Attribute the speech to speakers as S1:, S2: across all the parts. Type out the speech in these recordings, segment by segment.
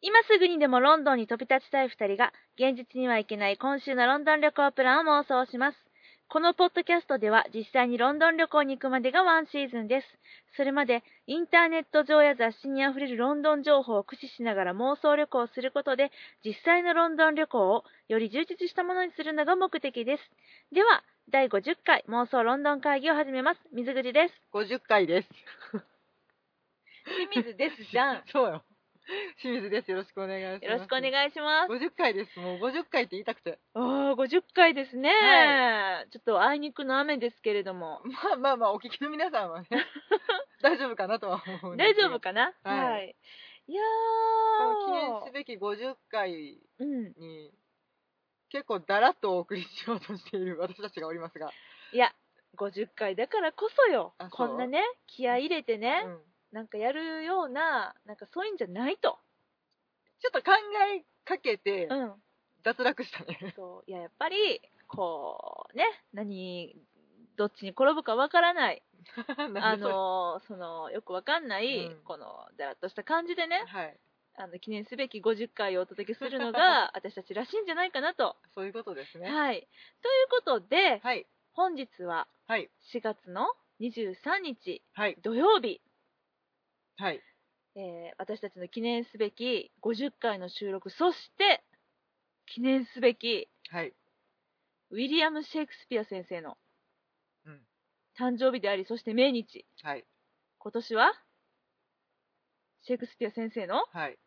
S1: 今すぐにでもロンドンに飛び立ちたい2人が、現実には行けない今週のロンドン旅行プランを妄想します。このポッドキャストでは、実際にロンドン旅行に行くまでがワンシーズンです。それまで、インターネット上や雑誌にあふれるロンドン情報を駆使しながら妄想旅行をすることで、実際のロンドン旅行をより充実したものにするのが目的です。では、第50回妄想ロンドン会議を始めます。水口です。
S2: 50回です。
S1: 清 水ですじゃん。よ
S2: そうよ。清水です。よろしくお願いします。
S1: ろしくお願
S2: い
S1: いします。
S2: 50回です。もう50回って言いたくて。
S1: おー、50回ですね、
S2: は
S1: ちょっとあいにくの雨ですけれども。
S2: まあまあまあ、お聞きの皆さんは ね、大丈夫かなとは思うんで
S1: 大
S2: すけ
S1: 丈
S2: ど
S1: 夫かな
S2: はい
S1: い。いや
S2: この記念す
S1: ー。
S2: べき50回
S1: うん。
S2: に、結構だらっとお送りしようとしている私たちがおりますが。
S1: いや、50回だからこそよ
S2: あ。そ
S1: こ
S2: うん
S1: なね、気合い入れてね、
S2: うん
S1: なんかやるような、なんかそういうんじゃないと。
S2: ちょっと考えかけて
S1: う、ん。
S2: 脱落したね。
S1: そう。いや、やっぱり、こう、ね、何、どっちに転ぶかわからない、
S2: な
S1: あ
S2: んでそれ
S1: のー、その、よくわかんない、
S2: うん
S1: この、だらっとした感じでね、
S2: はい。
S1: あの記念すべき50回をお届けするのが 私たちらしいんじゃないかなと。
S2: そういうことですね。
S1: はい、ということで、
S2: はい。
S1: 本日は
S2: はい。
S1: 4月の23日
S2: はい。
S1: 土曜日、
S2: はい。
S1: えー私たちの記念すべき50回の収録そして記念すべき
S2: はい。
S1: ウィリアム・シェイクスピア先生の
S2: うん
S1: 誕生日でありそして命日
S2: はい。
S1: 今年はシェイクスピア先生の
S2: はい。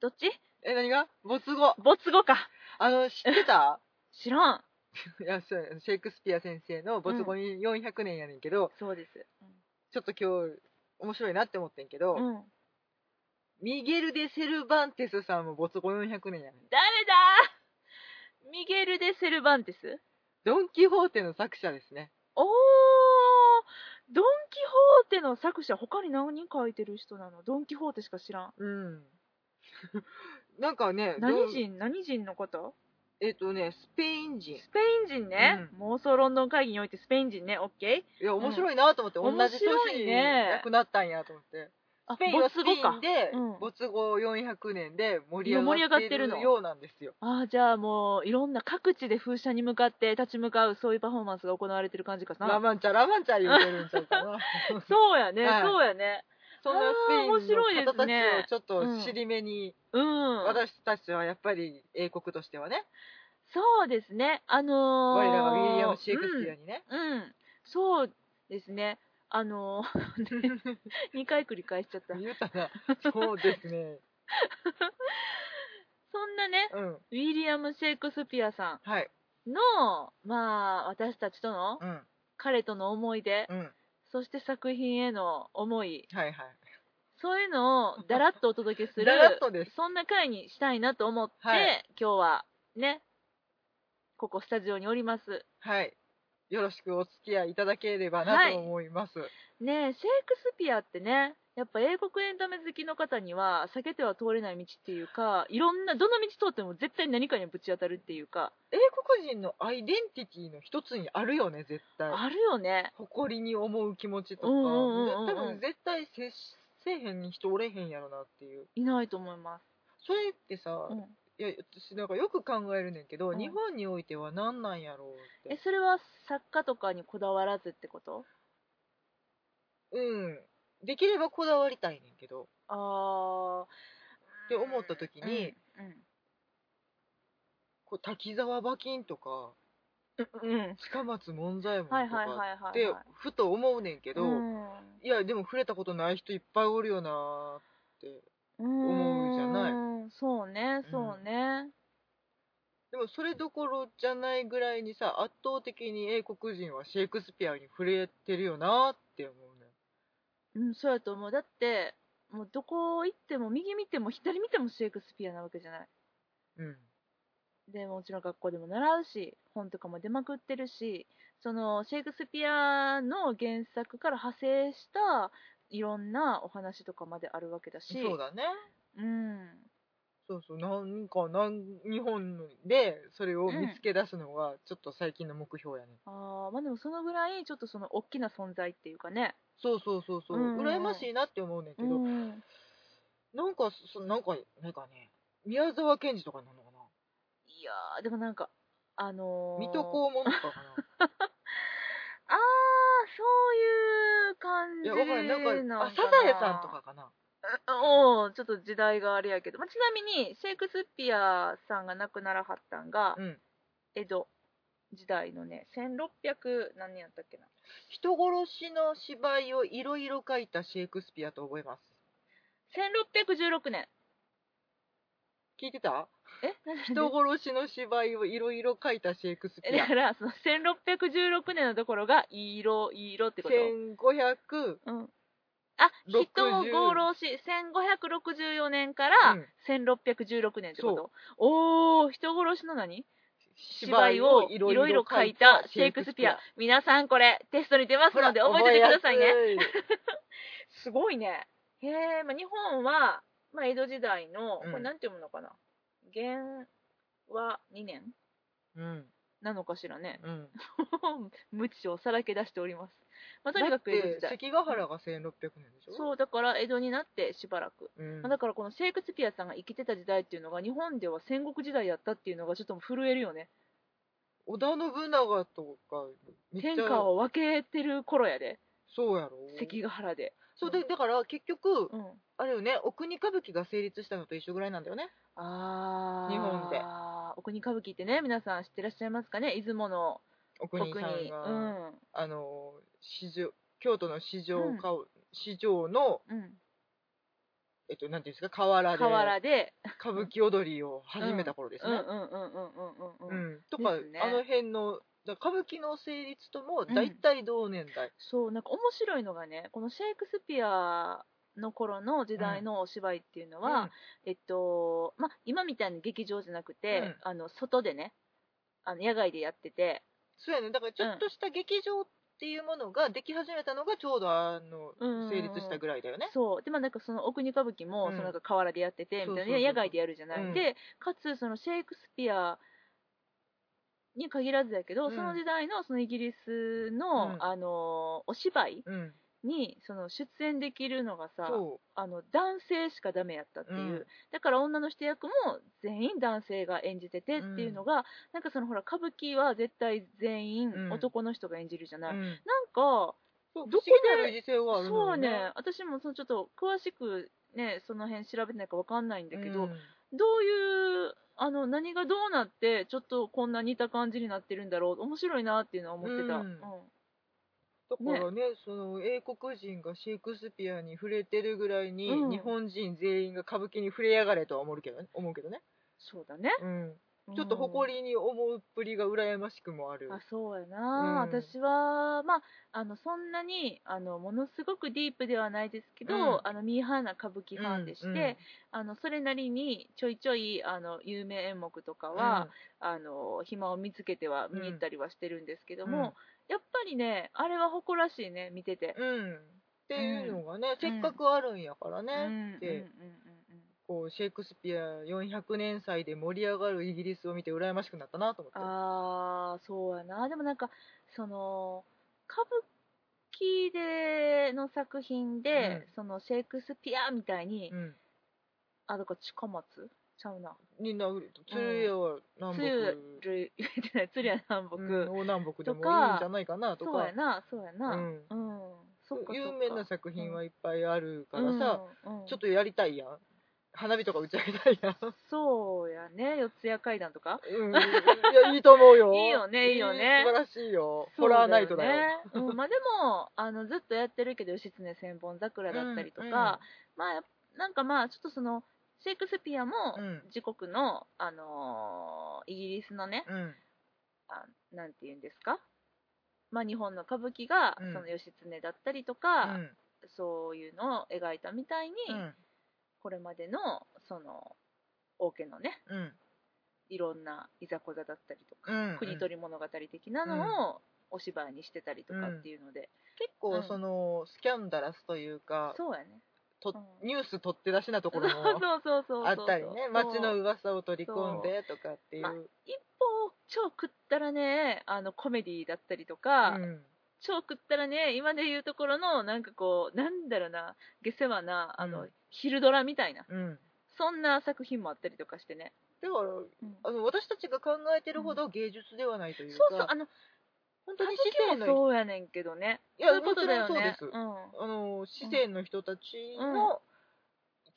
S1: どっち
S2: え、何が没後。
S1: 没後か
S2: あの、知ってた
S1: 知らん
S2: いやそうやシェイクスピア先生の没後に400年やねんけど、
S1: そうです、
S2: ちょっと今日面白いなって思ってんけど、
S1: うんうん
S2: ミゲル・デ・セルバンテスさんも没後400年やねん
S1: 誰だミゲル・デ・セルバンテス
S2: ドン・キホーテの作者ですね
S1: おードン・キホーテの作者他に何人書いてる人なのドン・キホーテしか知らん
S2: うん なんかねど
S1: 何
S2: う
S1: 人何人の方
S2: えっ、とねスペイン人い
S1: スペイン人ね、妄想ロンドン会議においてスペイン人ねオッケー
S2: や面白いなと思って、
S1: うん
S2: 同じ
S1: 面白
S2: 年
S1: い
S2: に
S1: ね
S2: 亡くなったんやと思って
S1: あ
S2: スペインはス
S1: 没
S2: ペ
S1: 後
S2: イ
S1: か
S2: ンで
S1: うん
S2: 没後400年で盛り上がっているようなんですよ
S1: あーじゃあもういろんな各地で風車に向かって立ち向かうそういうパフォーマンスが行われてる感じか
S2: ラ
S1: な
S2: マンチャラマンチャ言うてるんちゃうかな
S1: そうやね、
S2: はい
S1: そうやね
S2: そんなスペインの方たちをちょっ
S1: あー面白いですね
S2: と尻目に、
S1: うん
S2: 私たちはやっぱり英国としてはね、
S1: そうですねあのー、
S2: 我らがウィリアム・シェイク
S1: うん
S2: スピアにね、
S1: うん、そうですね。あの、2回繰り返しちゃった。そん
S2: 言うたな、そうですね、
S1: なね、
S2: うん、
S1: ウィリアム・シェイクスピアさ
S2: はい、
S1: んの、まあ、私たちとの、
S2: うん、
S1: 彼との思い出、
S2: うん、はい
S1: そして作品への思い、
S2: はい。
S1: そういうのをだらっとお届けする、
S2: だらっとです
S1: そんな回にしたいなと思って、
S2: はい
S1: 今日はね、ここスタジオにおります。
S2: はい、よろしくお付き合いいただければなと思います。
S1: ねえ、シェイクスピアってね、やっぱ英国エンタメ好きの方には避けては通れない道っていうか、いろんな、どの道通っても絶対何かにぶち当たるっていうか、
S2: 英国人のアイデンティティの一つにあるよね、絶対。
S1: あるよね。
S2: 誇りに思う気持ちとか、
S1: うんうんうんうん
S2: 多分絶対接しせえへんに人おれへんやろなっていう。
S1: いないと思います。
S2: それってさ、
S1: うん
S2: いや私なんかよく考えるねんけど、
S1: うん
S2: 日本においては何なんやろうっ
S1: え
S2: て、
S1: それは作家とかにこだわらずってこと
S2: うん、できればこだわりたいねんけど
S1: あー。
S2: って思った時にこう滝沢馬琴とか
S1: うん、うん。うん。
S2: 近松門左衛門と
S1: はいはいはい
S2: か
S1: はい、は
S2: っ
S1: い。
S2: てふと思うねんけど、
S1: うん
S2: いやでも触れたことない人いっぱいおるよなって思うじゃない
S1: うんそうね、そうね。
S2: でもそれどころじゃないぐらいにさ圧倒的に英国人はシェイクスピアに触れてるよなって思うねん
S1: うん、そうやと思う。だって、もうどこ行っても、右見ても、左見てもシェイクスピアなわけじゃない。
S2: うん
S1: で、もちろん学校でも習うし、本とかも出まくってるし、その、シェイクスピアの原作から派生した、いろんなお話とかまであるわけだし、
S2: そうだね
S1: うん。
S2: そうそうなんかなん日本でそれを見つけ出すのがちょっと最近の目標やねん
S1: あーまあでもそのぐらい、ちょっとその、大きな存在っていうかね。
S2: そうそうそうそう、
S1: うんうん
S2: 羨ましいなって思うねんけど、
S1: うん
S2: なんかそなんかなんかね宮沢賢治とかになるのかない
S1: やーでもなんかあのー、
S2: 水戸黄門とかか
S1: あーそう
S2: な
S1: い
S2: いや
S1: う
S2: わか
S1: 感
S2: ん
S1: じ
S2: ないなん
S1: なの
S2: かあサザエさんとかかな
S1: おおちょっと時代があれやけど、まあ、ちなみにシェイクスピアさんが亡くならはったんが
S2: うん
S1: 江戸時代のね1600何年やったっけな
S2: 人殺しの芝居をいろいろ書いたシェイクスピアと覚えます
S1: 1616年
S2: 聞い てた
S1: え何
S2: 人殺しの芝居をいろいろ書いたシェイクスピ
S1: え だ
S2: ア
S1: からその1616年のところが色色ってこと
S2: 1500
S1: うんあ
S2: 60
S1: 人を合浪し1564年から
S2: うん
S1: 1616年ってこと、
S2: そ
S1: おお人殺しの何芝
S2: 芝
S1: 居
S2: 居
S1: を
S2: を
S1: い
S2: い
S1: ろ
S2: ろ
S1: い
S2: い
S1: ろ
S2: ろ
S1: 書
S2: 書
S1: い
S2: い
S1: た
S2: た
S1: シ
S2: シ
S1: ェ
S2: ェ
S1: イ
S2: イ
S1: ク
S2: ク
S1: ス
S2: ス
S1: ピ
S2: ピ
S1: ア
S2: ア
S1: 皆さんこれテストに出ますので覚えてくださいね
S2: 覚えや
S1: すごいねへえ、まあ、日本は、まあ、江戸時代のこ
S2: うん
S1: れなんて読むのかな元和2年
S2: すいうん
S1: なのかしら ね
S2: うん
S1: 無知をさらけ出しております、まあ、とにか
S2: だっ
S1: く江戸時
S2: て
S1: 代
S2: 関ヶ原が1600年でしょ
S1: そうだから江戸になってしばらく、
S2: う、ん
S1: まあ、だからこのシェイクスピアさんが生きてた時代っていうのが日本では戦国時代やったっていうのがちょっともう震えるよね
S2: 織田信長とかめっち
S1: 天
S2: ゃ
S1: 下を分けてる頃やで
S2: そうやろ
S1: 関ヶ原で
S2: そうでだから結局
S1: うん
S2: あれよねお国歌舞伎が成立したのと一緒ぐらいなんだよね
S1: あー
S2: 日本で
S1: お国歌舞伎ってね皆さん知ってらっしゃいますかね出雲の
S2: お国
S1: 国
S2: さん
S1: に
S2: が、
S1: うん
S2: あの市場京都の市場
S1: うん
S2: か、市場の
S1: うん
S2: えっとなんていうんですか河原で
S1: 河原で
S2: 歌舞伎踊りを始めた頃です
S1: うんうん
S2: ね
S1: う。んうんうんう
S2: うん
S1: うん
S2: んとか、
S1: ですね
S2: あの辺のだから歌舞伎の成立とも大体同年代、
S1: そうなんか面白いのがねこのシェイクスピアの頃の時代のお芝居っていうのは、えっとまあ、今みたいに劇場じゃなくて、あの外でねあの野外でやってて、
S2: そうやねだからちょっとした劇場っていうものができ始めたのがちょうどあの
S1: うん
S2: 成立したぐらいだよね。
S1: そうでまあなんかそのお国歌舞伎も、
S2: うん
S1: そのなんか河原でやっててみたいな
S2: そうそうそうそう
S1: 野外でやるじゃない、
S2: うん
S1: でかつそのシェイクスピアに限らずやけど、
S2: うん
S1: その時代のそのイギリスの、
S2: うん
S1: あのお芝居
S2: うん、
S1: にその出演できるのがさ
S2: そ
S1: あの男性しかダメやったっていう、
S2: うん
S1: だから女の人役も全員男性が演じててっていうのが、なんかそのほら歌舞伎は絶対全員
S2: うん
S1: 男の人が演じるじゃ
S2: う、
S1: ない、
S2: う
S1: なん
S2: ん
S1: か
S2: そう
S1: どこで
S2: 不思議な類似性はあるの
S1: そ
S2: よ
S1: うね、私もそのちょっと詳しくね、その辺調べてないかわかんないんだけど、
S2: うん
S1: どういう、あの、何がどうなって、ちょっとこんな似た感じになってるんだろう、面白いなっていうのは思ってた。
S2: うん
S1: うん
S2: だからねその英国人がシェイクスピアに触れてるぐらいに、
S1: うん
S2: 日本人全員が歌舞伎に触れやがれとは思うけどね思うけどね、
S1: そうだね。
S2: うん、ちょっと誇りに思うっぷりが羨ましくもある
S1: あそうやな、
S2: うん
S1: 私は、まあ、あのそんなにあのものすごくディープではないですけど、
S2: うん
S1: あのミーハーな歌舞伎ファンでして、
S2: うんうん
S1: あのそれなりにちょいちょいあの有名演目とかは、あの暇を見つけては見に行ったりはしてるんですけども、
S2: うん
S1: やっぱりねあれは誇らしいね見てて。
S2: うん、うんっていうのがね、せっかくあるんやからね、
S1: うんうんうん
S2: でこうシェイクスピア400年祭で盛り上がるイギリスを見て羨ましくなったなと思って
S1: ああそうやなでもなんかその歌舞伎での作品で、そのシェイクスピアみたいに、
S2: うん、
S1: あだから近松ちゃうな
S2: みんな鶴屋は南
S1: 鶴
S2: 北、
S1: る言ってない鶴屋南北、
S2: うん、大南北でもいいん
S1: とか
S2: じゃないかなとか
S1: そうやなそうやな
S2: う
S1: うん、
S2: ん
S1: そっかそっか
S2: 有名な作品はいっぱいあるからさ、
S1: うんうん
S2: ちょっとやりたいやん花火とか打ち上げたいやん、
S1: そうやね四谷階段とか
S2: うん、いやいいと思うよ
S1: いいよねいいよね
S2: 素晴らしいよ
S1: そう
S2: ホ
S1: だ
S2: ラ
S1: よ
S2: ーナイトだよ
S1: ね、うん、まあでもあのずっとやってるけど義経千本桜だったりとか、
S2: うんうん
S1: まあなんかまあちょっとそのシェイクスピアも
S2: うん
S1: 自国の、あのーイギリスのね
S2: うん
S1: あなんて言うんですかまあ日本の歌舞伎が、
S2: うん
S1: その義経だったりとか、
S2: うん
S1: そういうのを描いたみたいに、
S2: うん
S1: これまでのその王家のね
S2: うん
S1: いろんないざこざだったりとか、
S2: うん
S1: 国取り物語的なのをお芝居にしてたりとかっていうので、
S2: 結
S1: う
S2: 構
S1: ん
S2: そのスキャンダラスというか
S1: そうやね
S2: と
S1: うん
S2: ニュース取って出しなとこ
S1: そう
S2: ろも
S1: そうそうそう
S2: あったりね街の
S1: そう
S2: 噂を取り込んでとかってい
S1: まあ
S2: う
S1: 一方超食ったらねあのコメディだったりとか、
S2: うん
S1: 超食ったらね今で言うところのなんかこうなんだろうな下世話なあの、
S2: うん
S1: 昼ドラみたいな
S2: うん
S1: そんな作品もあったりとかしてね、
S2: だから
S1: うん
S2: あの私たちが考えてるほど芸術ではないというか、
S1: そうそうあの
S2: 本当
S1: 歌舞
S2: に市
S1: 伎
S2: 政
S1: も
S2: の
S1: そうやねんけどね
S2: いや
S1: そういうことだよ
S2: もちろん
S1: ね
S2: そうで
S1: ん
S2: すあの市政の人たちの、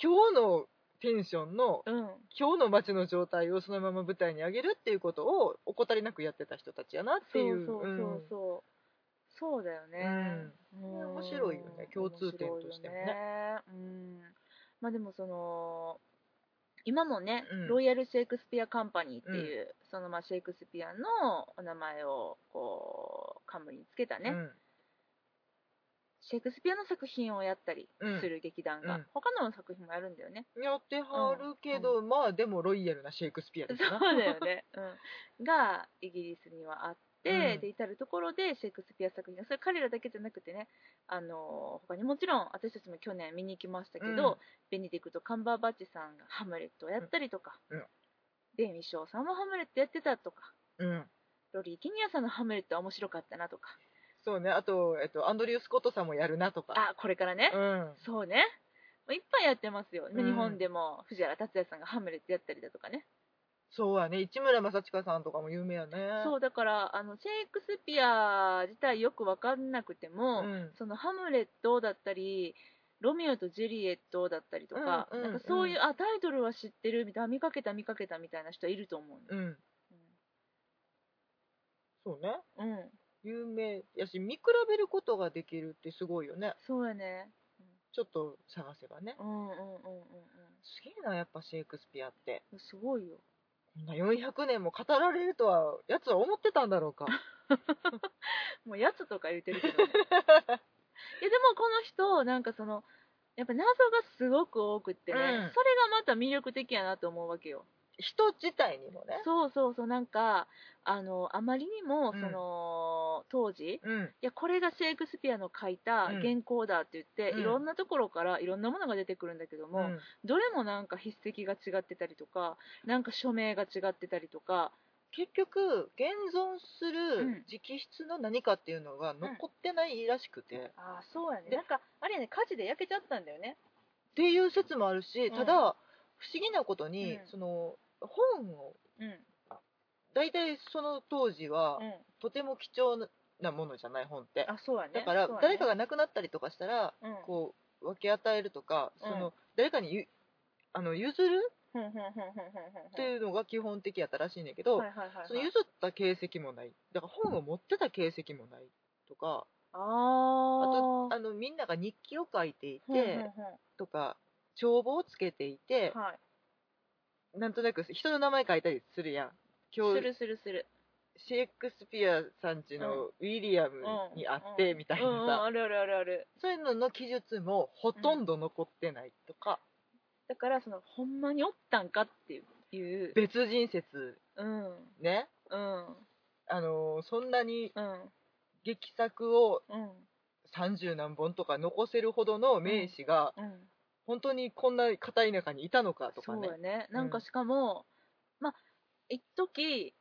S2: 今日のテンションの
S1: うん
S2: 今日の街の状態をそのまま舞台に上げるっていうことを怠りなくやってた人たちやなって
S1: そ
S2: いう
S1: うそうそうそう、そうだよね、うん
S2: 面白いよね共通点としてもね
S1: 面白いよねうんまあでもその今もね、
S2: うん
S1: ロイヤル・シェイクスピア・カンパニーっていう、そのまあシェイクスピアのお名前をこう冠につけた
S2: う
S1: ね、
S2: ん
S1: シェイクスピアの作品をやったり
S2: うん
S1: する劇団が、
S2: うん
S1: 他の作品もやるんだよね、
S2: やってはるけど、まあでもロイヤルなシェイクスピアです
S1: そう
S2: な
S1: だよ ね、うん、がイギリスにはあって、
S2: うん
S1: で至る所でシェイクスピア作品がそれ彼らだけじゃなくてねあの他にもちろん私たちも去年見に行きましたけど、
S2: うん
S1: ベネディクト・カンバーバッチさんが「ハムレット」をやったりとか、
S2: うんうん
S1: デイミー賞さんも「ハムレット」やってたとか
S2: うん
S1: ロリー・キニアさんの「ハムレット」は面白かったなとか
S2: そうねあと、えっと、アンドリュー・スコットさんもやるなとか
S1: あこれからね、
S2: うん
S1: そうねもういっぱいやってますよ、
S2: うん
S1: 日本でも藤原竜也さんが「ハムレット」やったりだとかね
S2: そうはね市村正親さんとかも有名やね
S1: そうだからあのシェイクスピア自体よく分かんなくても、
S2: うん
S1: そのハムレットだったりロミオとジュリエットだったりとか、
S2: うんうんうん
S1: なんかそういう、あタイトルは知ってるみたいな見かけた見かけたみたいな人いると思うね、
S2: うんそうね
S1: うん、うん、
S2: 有名やし見比べることができるってすごいよね
S1: そうやね、
S2: ちょっと探せばね
S1: うんうんうんうん
S2: すげえなやっぱシェイクスピアって
S1: うん、すごいよ。
S2: こんな400年も語られるとはやつは思ってたんだ ろうか
S1: もうやつとか言ってるけど、 ね、いやでもこの人なんかそのやっぱ謎がすごく多くってね、
S2: うん
S1: それがまた魅力的やなと思うわけよ。
S2: 人自体にもね
S1: そうそうそうなんかあのあまりにも
S2: う
S1: そ
S2: ん
S1: の、当時い
S2: うん
S1: やこれがシェイクスピアの書いた
S2: うん
S1: 原稿だって言って、
S2: うん
S1: いろんなところからいろんなものが出てくるんだけども、
S2: うん
S1: どれもなんか筆跡が違ってたりとかなんか署名が違ってたりとか
S2: 結局現存す
S1: うん
S2: る直筆の何かっていうのが残ってないらしくて、っ
S1: ああそうやね
S2: で
S1: なんかあれやね火事で焼けちゃったんだよね
S2: ていう説もあるし
S1: うん
S2: ただ、不思議なことに、
S1: うん
S2: その本を
S1: うん
S2: 大体その当時は、
S1: うん
S2: とても貴重なものじゃない本って
S1: あそうやね
S2: だから
S1: そうやね
S2: 誰かが亡くなったりとかしたら、
S1: うん
S2: こう分け与えるとか、
S1: うん
S2: その誰かにゆあの譲る
S1: ふんふんふんふんふん
S2: っ
S1: ふ
S2: て
S1: ん
S2: いうのが基本的やったらしいんだけど、
S1: はいはいはいはい
S2: その譲った形跡もないだから本を持ってた形跡もないとかあと
S1: あー
S2: あのみんなが日記を書いてい
S1: ふんふんふん
S2: てとか帳簿をつけていて
S1: はい
S2: なんとなく人の名前書いたりするやん今
S1: す
S2: 日
S1: るするする
S2: シェイクスピアさんちのウィリアムに会ってみたいなさ、
S1: うんうんあるあるあるある
S2: そういうのの記述もほとんど残ってないとか、
S1: だからそのほんまにおったんかっていういう
S2: 別人説
S1: うんうん
S2: ね
S1: うん
S2: あのーそんなに
S1: うん
S2: 劇作を
S1: うん
S2: 30何本とか残せるほどの名士が本当にこんな片田舎にいたのかとか
S1: そう
S2: ね
S1: やねなんかしかも、まあ一時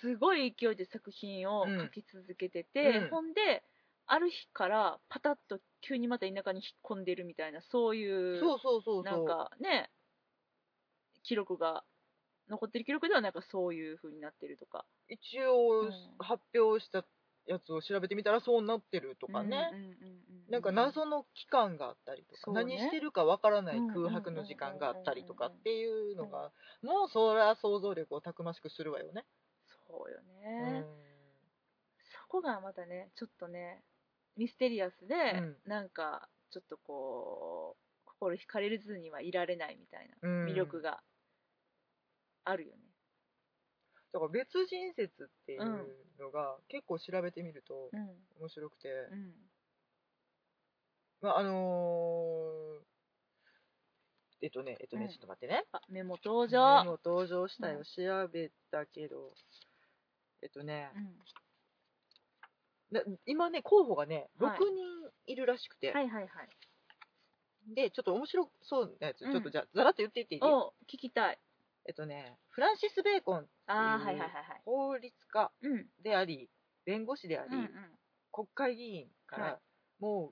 S1: すごい勢いで作品を
S2: うん
S1: 書き続けてて、
S2: うん
S1: ほんである日からパタッと急にまた田舎に引っ込んでるみたいなそういう
S2: そうそうそうそう
S1: なんかね記録が残ってる記録ではなんかそういう風になってるとか
S2: 一応
S1: うん
S2: 発表したやつを調べてみたらそうなってるとかね、
S1: うんうんうんう
S2: なんか謎の期間があったりと
S1: そ
S2: か、
S1: うね
S2: 何してるかわからない
S1: うん
S2: 空白の時間があったりとか
S1: うんうんうんうん
S2: っていうのがもうそれは想像力をたくましくするわよね。
S1: そうよね、
S2: うん
S1: そこがまたねちょっとねミステリアスで、
S2: うん
S1: なんかちょっとこう心惹かれずにはいられないみたいな
S2: 魅
S1: 魅力があるよね、
S2: だから別人説っていう
S1: うん
S2: のが結構調べてみると
S1: うん
S2: 面白くて、
S1: うん
S2: まああのーえっとねえっとね、
S1: うん
S2: ちょっと待ってね
S1: あメモ登場
S2: 今登場したよ、
S1: うん
S2: 調べたけどえっとね
S1: う、ん
S2: な今ね候補がね6
S1: はい
S2: 人いるらしくて、
S1: はいはいはい
S2: でちょっと面白そうなやつ、
S1: うん
S2: ちょっとじゃあざらっと言っていっていい
S1: お聞きたい
S2: えっとねフランシス・ベーコン
S1: ああ、
S2: うん
S1: はいはいはいはい
S2: 法律家
S1: うん
S2: であり弁護士であり、
S1: うんうん
S2: 国国会議員から、
S1: はい
S2: も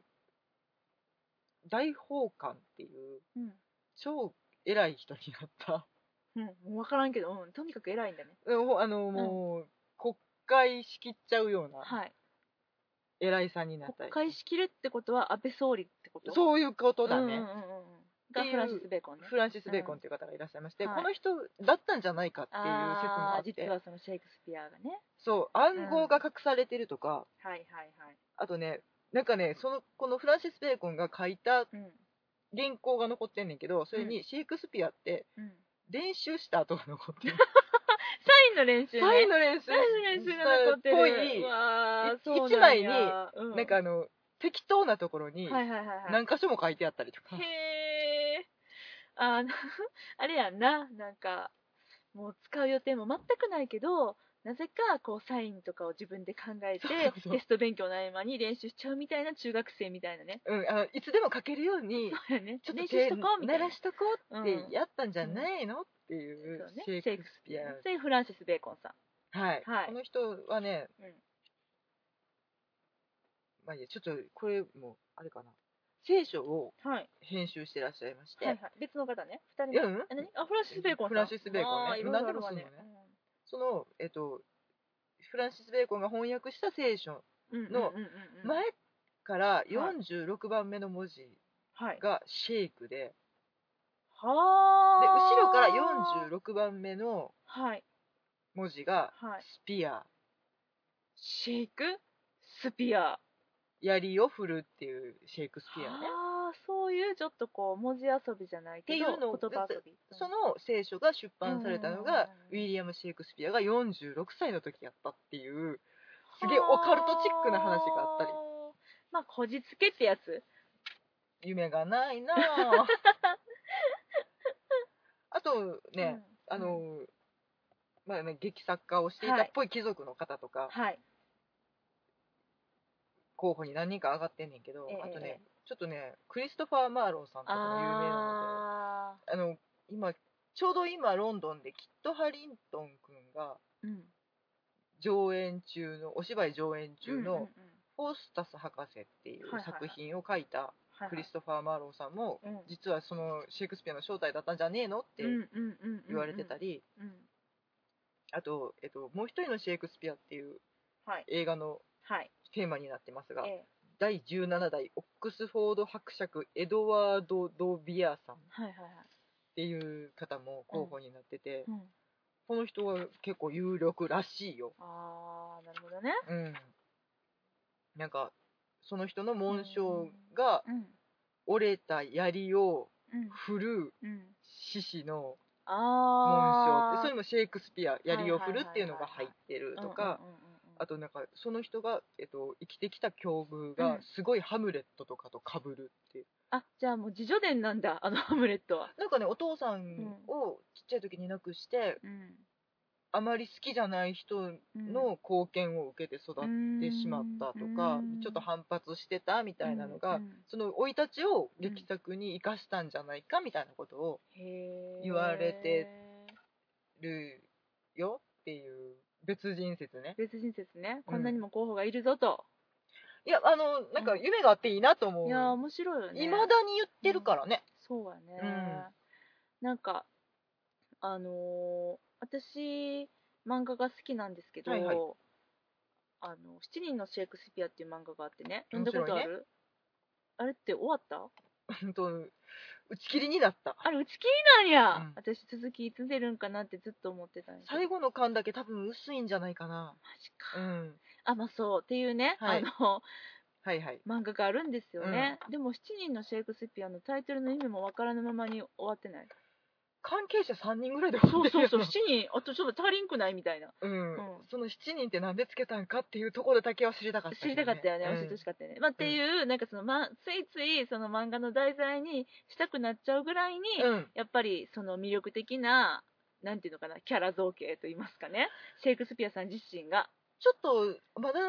S2: う大法官っていう
S1: うん
S2: 超偉い人になった
S1: うん、分からんけど、うん、とにかく偉いんだね。
S2: うんほあのもう、国会仕切っちゃうような
S1: はい。
S2: 偉いさんになった
S1: 国
S2: り
S1: 会仕切るってことは安倍総理ってことう
S2: そういうことだね、
S1: んうんうんうんがフランシス・ベーコンね。
S2: フランシス・ベーコンという方がいらっしゃいまして、
S1: うん
S2: この人だったんじゃないかっていう説もあ
S1: ああ
S2: っ
S1: ー
S2: て
S1: 実はそのシェイクスピアがね。
S2: そう暗号が隠されてるとか、
S1: はいはいはい。
S2: あとねなんかねそのこのフランシス・ベーコンが書いた
S1: うん
S2: 原稿が残ってんねんけどそれにシェイクスピアって
S1: うん、
S2: 練習した跡が残ってる、
S1: サインの練習ね。
S2: サインの練習
S1: サインの練習が残ってる。
S2: っぽい
S1: わー
S2: い
S1: そうなんや
S2: 一枚に
S1: う
S2: なんかあの適当なところに
S1: はいはいはいはい。
S2: 何箇所も書いてあったりとか、
S1: へえ。あの、 あれやんな、なんか、もう使う予定も全くないけど、なぜかこうサインとかを自分で考えて
S2: そうそうそう
S1: テスト勉強の合間に練習しちゃうみたいな中学生みたいなね。
S2: うん、あのいつでも書けるように
S1: そうやね。
S2: ちょっと
S1: 練習しとこうみたい
S2: 鳴
S1: な。
S2: らしとこうってやったんじゃないの、っていう
S1: そうね
S2: シェイクスピア、
S1: で、フランシス・ベーコンさん。
S2: はい、
S1: はい
S2: この人はね、
S1: うん
S2: まあいいやちょっとこれもあれかな聖書を
S1: はい。
S2: 編集してらっしゃいまして、
S1: はいはい。別の方ね。二
S2: う
S1: 人目。
S2: ん
S1: あ、何あ、フランシス・ベーコンさん。
S2: フランシスベーコンね
S1: あいろいろあるわ
S2: 何で
S1: ね
S2: もすんのそのえっとフランシス・ベーコンが翻訳した聖書
S1: うん
S2: の
S1: うんうんうんうん
S2: 前から
S1: い
S2: 46番目の文字
S1: はい。
S2: がシェイクで
S1: はあ。
S2: で後ろから46番目の
S1: はい。
S2: 文字が
S1: はい。
S2: スピア
S1: シェイクスピア。
S2: 槍を振るっていうシェイクスピアね
S1: ああ、そういうちょっとこう文字遊びじゃないけど
S2: っていうのを
S1: 言葉遊び。
S2: その聖書が出版されたのがウ
S1: うん
S2: ィリアム・シェイクスピアが46歳の時やったっていうすげえオカルトチックな話があったり
S1: はー。まあ、こじつけってやつ。
S2: 夢がない なぁあとね、
S1: うん
S2: あの、まあね、劇作家をしていたっぽい貴族の方とか、
S1: はい。
S2: 候補に何人か上がってんねんけど、
S1: ええ
S2: あとね、ちょっとね、クリストファー・マーロンさんとかも有名な
S1: あ
S2: ので、あの、今、ちょうど今、ロンドンでキット・ハリントン君が
S1: ーうん
S2: 上演中の、お芝居上演中
S1: うんうんうん
S2: の、フォースタス博士っていう
S1: はいはいは
S2: 作
S1: い
S2: 品を書いた
S1: はい
S2: クリストファー・マーロンさんも、
S1: うん
S2: 実はそのシェイクスピアの正体だったんじゃねえのって
S1: うんうんうんうんうん
S2: 言われてたり、
S1: うん
S2: あと、えっと、もう一人のシェイクスピアっていう
S1: はい。
S2: 映画の
S1: はい。
S2: テーマになってますが、
S1: ええ
S2: 第17代オックスフォード伯爵エドワード・ド・ビアさんっ
S1: はいはいはい。
S2: ていう方も候補になってて、
S1: うん
S2: この人は結構有力らしいよ。
S1: ああ、なるほどね。
S2: うん。なんか、その人の紋章が
S1: うん。
S2: 折れた槍を
S1: うん。
S2: 振る
S1: うん。
S2: 獅子の紋章
S1: あ
S2: っ
S1: あ。
S2: て、それもシェイクスピア、槍を振るっていうのが入ってるとか、
S1: うんうんうんうん
S2: あとなんかその人が、えっと、生きてきた境遇
S1: う
S2: が
S1: ん
S2: すごいハムレットとかと被るっていう、
S1: あじゃあもう自叙伝なんだあのハムレットは、
S2: なんかねお父さんをちっちゃい時に亡くして、
S1: うん、
S2: あまり好きじゃない人の貢献を受けて育ってしまったとか、
S1: うん
S2: ちょっと反発してたみたいなのが、
S1: うんうん
S2: その生い立ちを劇作に生かしたんじゃないかみたいなことを
S1: へー
S2: 言われてるよっていう別人説ね
S1: 別人説ね
S2: うん
S1: こんなにも候補がいるぞと、
S2: いやあのなんか夢があっていいなと思う
S1: い
S2: い
S1: やー
S2: ま、
S1: 面白いよね
S2: 未だに言ってるからね、
S1: そうやね、
S2: うん
S1: なんかあのー私漫画が好きなんですけど、
S2: はいはい
S1: あの「7人のシェイクスピア」っていう漫画があってね読ん
S2: 面
S1: だ
S2: 白い
S1: こ
S2: ね
S1: とある、あれって終わった
S2: 本当打ち切りになった
S1: あれ打ち切りなんや、
S2: うん
S1: 私続きいつ出るんかなってずっと思ってたんやけど
S2: 最後の巻だけ多分薄いんじゃないかな
S1: マジか、
S2: うん
S1: あまあそうっていうね、
S2: はい
S1: あの
S2: はいはい
S1: 漫画があるんですよね、でも「7人のシェイクスピア」のタイトルの意味もわからぬままに終わってない
S2: 関係者3人ぐらいで
S1: そ
S2: 終わ
S1: う
S2: って
S1: そ
S2: る
S1: う
S2: よ
S1: そう7人 あとちょっと足りんくないみたいな
S2: うん
S1: うん
S2: その7人ってなんでつけたんかっていうところだけは知りたかった
S1: 知
S2: けどね、
S1: りたかったよね、
S2: うん
S1: 教えてほしかったよね、まあ、っていう、なんかその、ま、ついついその漫画の題材にしたくなっちゃうぐらいに、
S2: うん
S1: やっぱりその魅力的ななんていうのかなキャラ造形といいますかねシェイクスピアさん自身が
S2: ちょっとまだ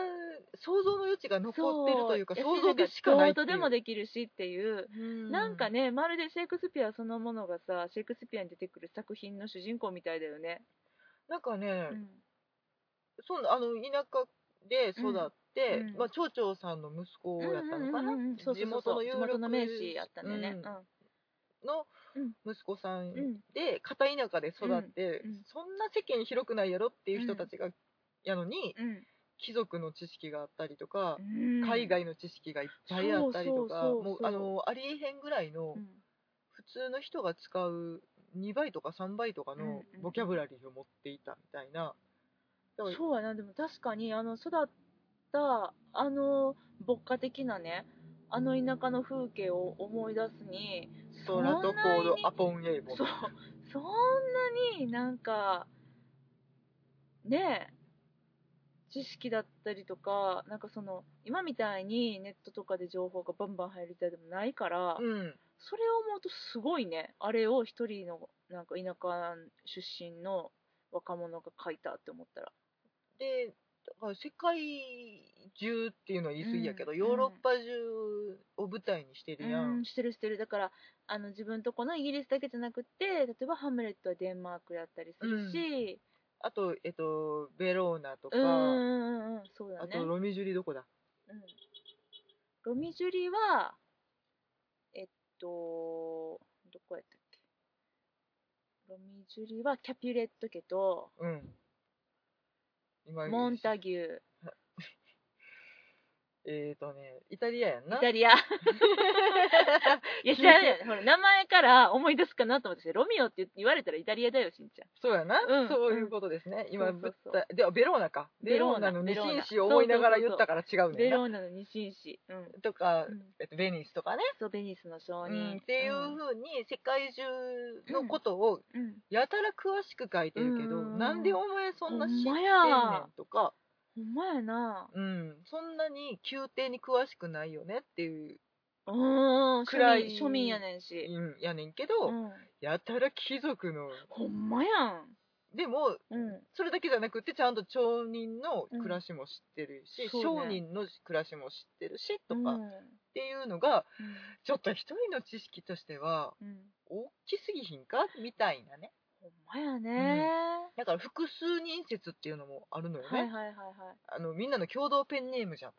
S2: 想像の余地が残ってるというか想像でしかないっ
S1: ど
S2: ていう
S1: とでもできるしっていう、
S2: うん
S1: なんかねまるでシェイクスピアそのものがさシェイクスピアに出てくる作品の主人公みたいだよね、
S2: なんかね、
S1: うん
S2: そんなあの田舎で育って、
S1: うん
S2: まあ、町長さんの息子やったのかな、
S1: うんうんうんそうそうそうそう地
S2: 地
S1: 元
S2: 元
S1: の
S2: の
S1: 名
S2: 有力
S1: 士やったんだよね、
S2: うん
S1: う
S2: の
S1: うん
S2: 息子さん
S1: んうん
S2: で片田舎で育って、
S1: うんうん
S2: そんな世間広くないやろっていう人たちが、やのに貴族の知識があったりとか、
S1: うん
S2: 海外の知識がいっぱいあったり
S1: そうそうそ
S2: とか
S1: うそう
S2: もうあのありえへんぐらいの
S1: うん
S2: 普通の人が使う2倍とか3倍とか
S1: うん
S2: の
S1: うん
S2: ボキャブラリーを持っていたみたいな。だから
S1: そうやなでも確かにあの育ったあの牧歌的なねあの田舎の風景を思い出すに
S2: ソラとコ
S1: そ
S2: ー
S1: んな
S2: ド
S1: に
S2: アポンエイボン
S1: そうそんなになんかねえ知識だったりとかなんかその今みたいにネットとかで情報がバンバン入る時代でもないから、
S2: うん
S1: それを思うとすごいねあれを一人のなんか田舎出身の若者が書いたって思ったら
S2: でだから世界中っていうのは言い過ぎやけど、
S1: うん
S2: ヨーロッパ中を舞台にしてるや
S1: うんん、してるしてるだからあの自分とこのイギリスだけじゃなくて例えば「ハムレット」はデンマークやったりするし
S2: あと、えっと、ベローナとか、
S1: うんうんうんうんそうだ
S2: あ
S1: ね
S2: とロミジュリどこだ
S1: うん、ロミジュリはえっとどこやったっけロミジュリはキャピュレット家と
S2: うん今
S1: モンタギュー
S2: えっ、とねイタリアやん
S1: イ
S2: な
S1: タリ アいや知らないよねほら名前から思い出すかなと思ってロミオって言われたらイタリアだよしんちゃん
S2: そうやな、
S1: うん
S2: そういうことですね、今
S1: そうそ
S2: ぶっ
S1: うそう
S2: たではベローナか
S1: ベ
S2: ベ
S1: ロ
S2: ロ
S1: ー
S2: ー
S1: ナ
S2: ナの
S1: ベ
S2: 二
S1: ローナ
S2: 紳士を思いながら言ったから違うね
S1: ベ
S2: んな
S1: ローナの二進士うん
S2: とか、
S1: うん
S2: えっと、ベニスとかね、
S1: そうベニスの商
S2: う
S1: 人、
S2: ん、っていう
S1: うん
S2: ふうに世界中のことを
S1: うん
S2: やたら詳しく書いてるけど、
S1: うん
S2: なんでお前そんな知ってん
S1: ほんま
S2: ね
S1: や
S2: んとか、
S1: ほんまやな
S2: うん、そんなに宮廷に詳しくないよねっていう、
S1: うーん庶
S2: 暗い
S1: 民庶民やねんし、
S2: うん、やねんけ
S1: う
S2: ど、
S1: ん、
S2: やたら貴族の
S1: ほんまやん
S2: でも
S1: うん
S2: それだけじゃなくてちゃんと町人の暮らしも知ってるし、
S1: うんそうね
S2: 商人の暮らしも知ってるしとか、
S1: う
S2: っ
S1: ん
S2: ていうのがちょっと一人の知識としては
S1: うんうん
S2: 大きすぎひんかみたいなね
S1: ほんまやね、
S2: だから複数人説っていうのもあるのよね、
S1: はいはいはいは
S2: あのみんなの共同ペンネームじゃ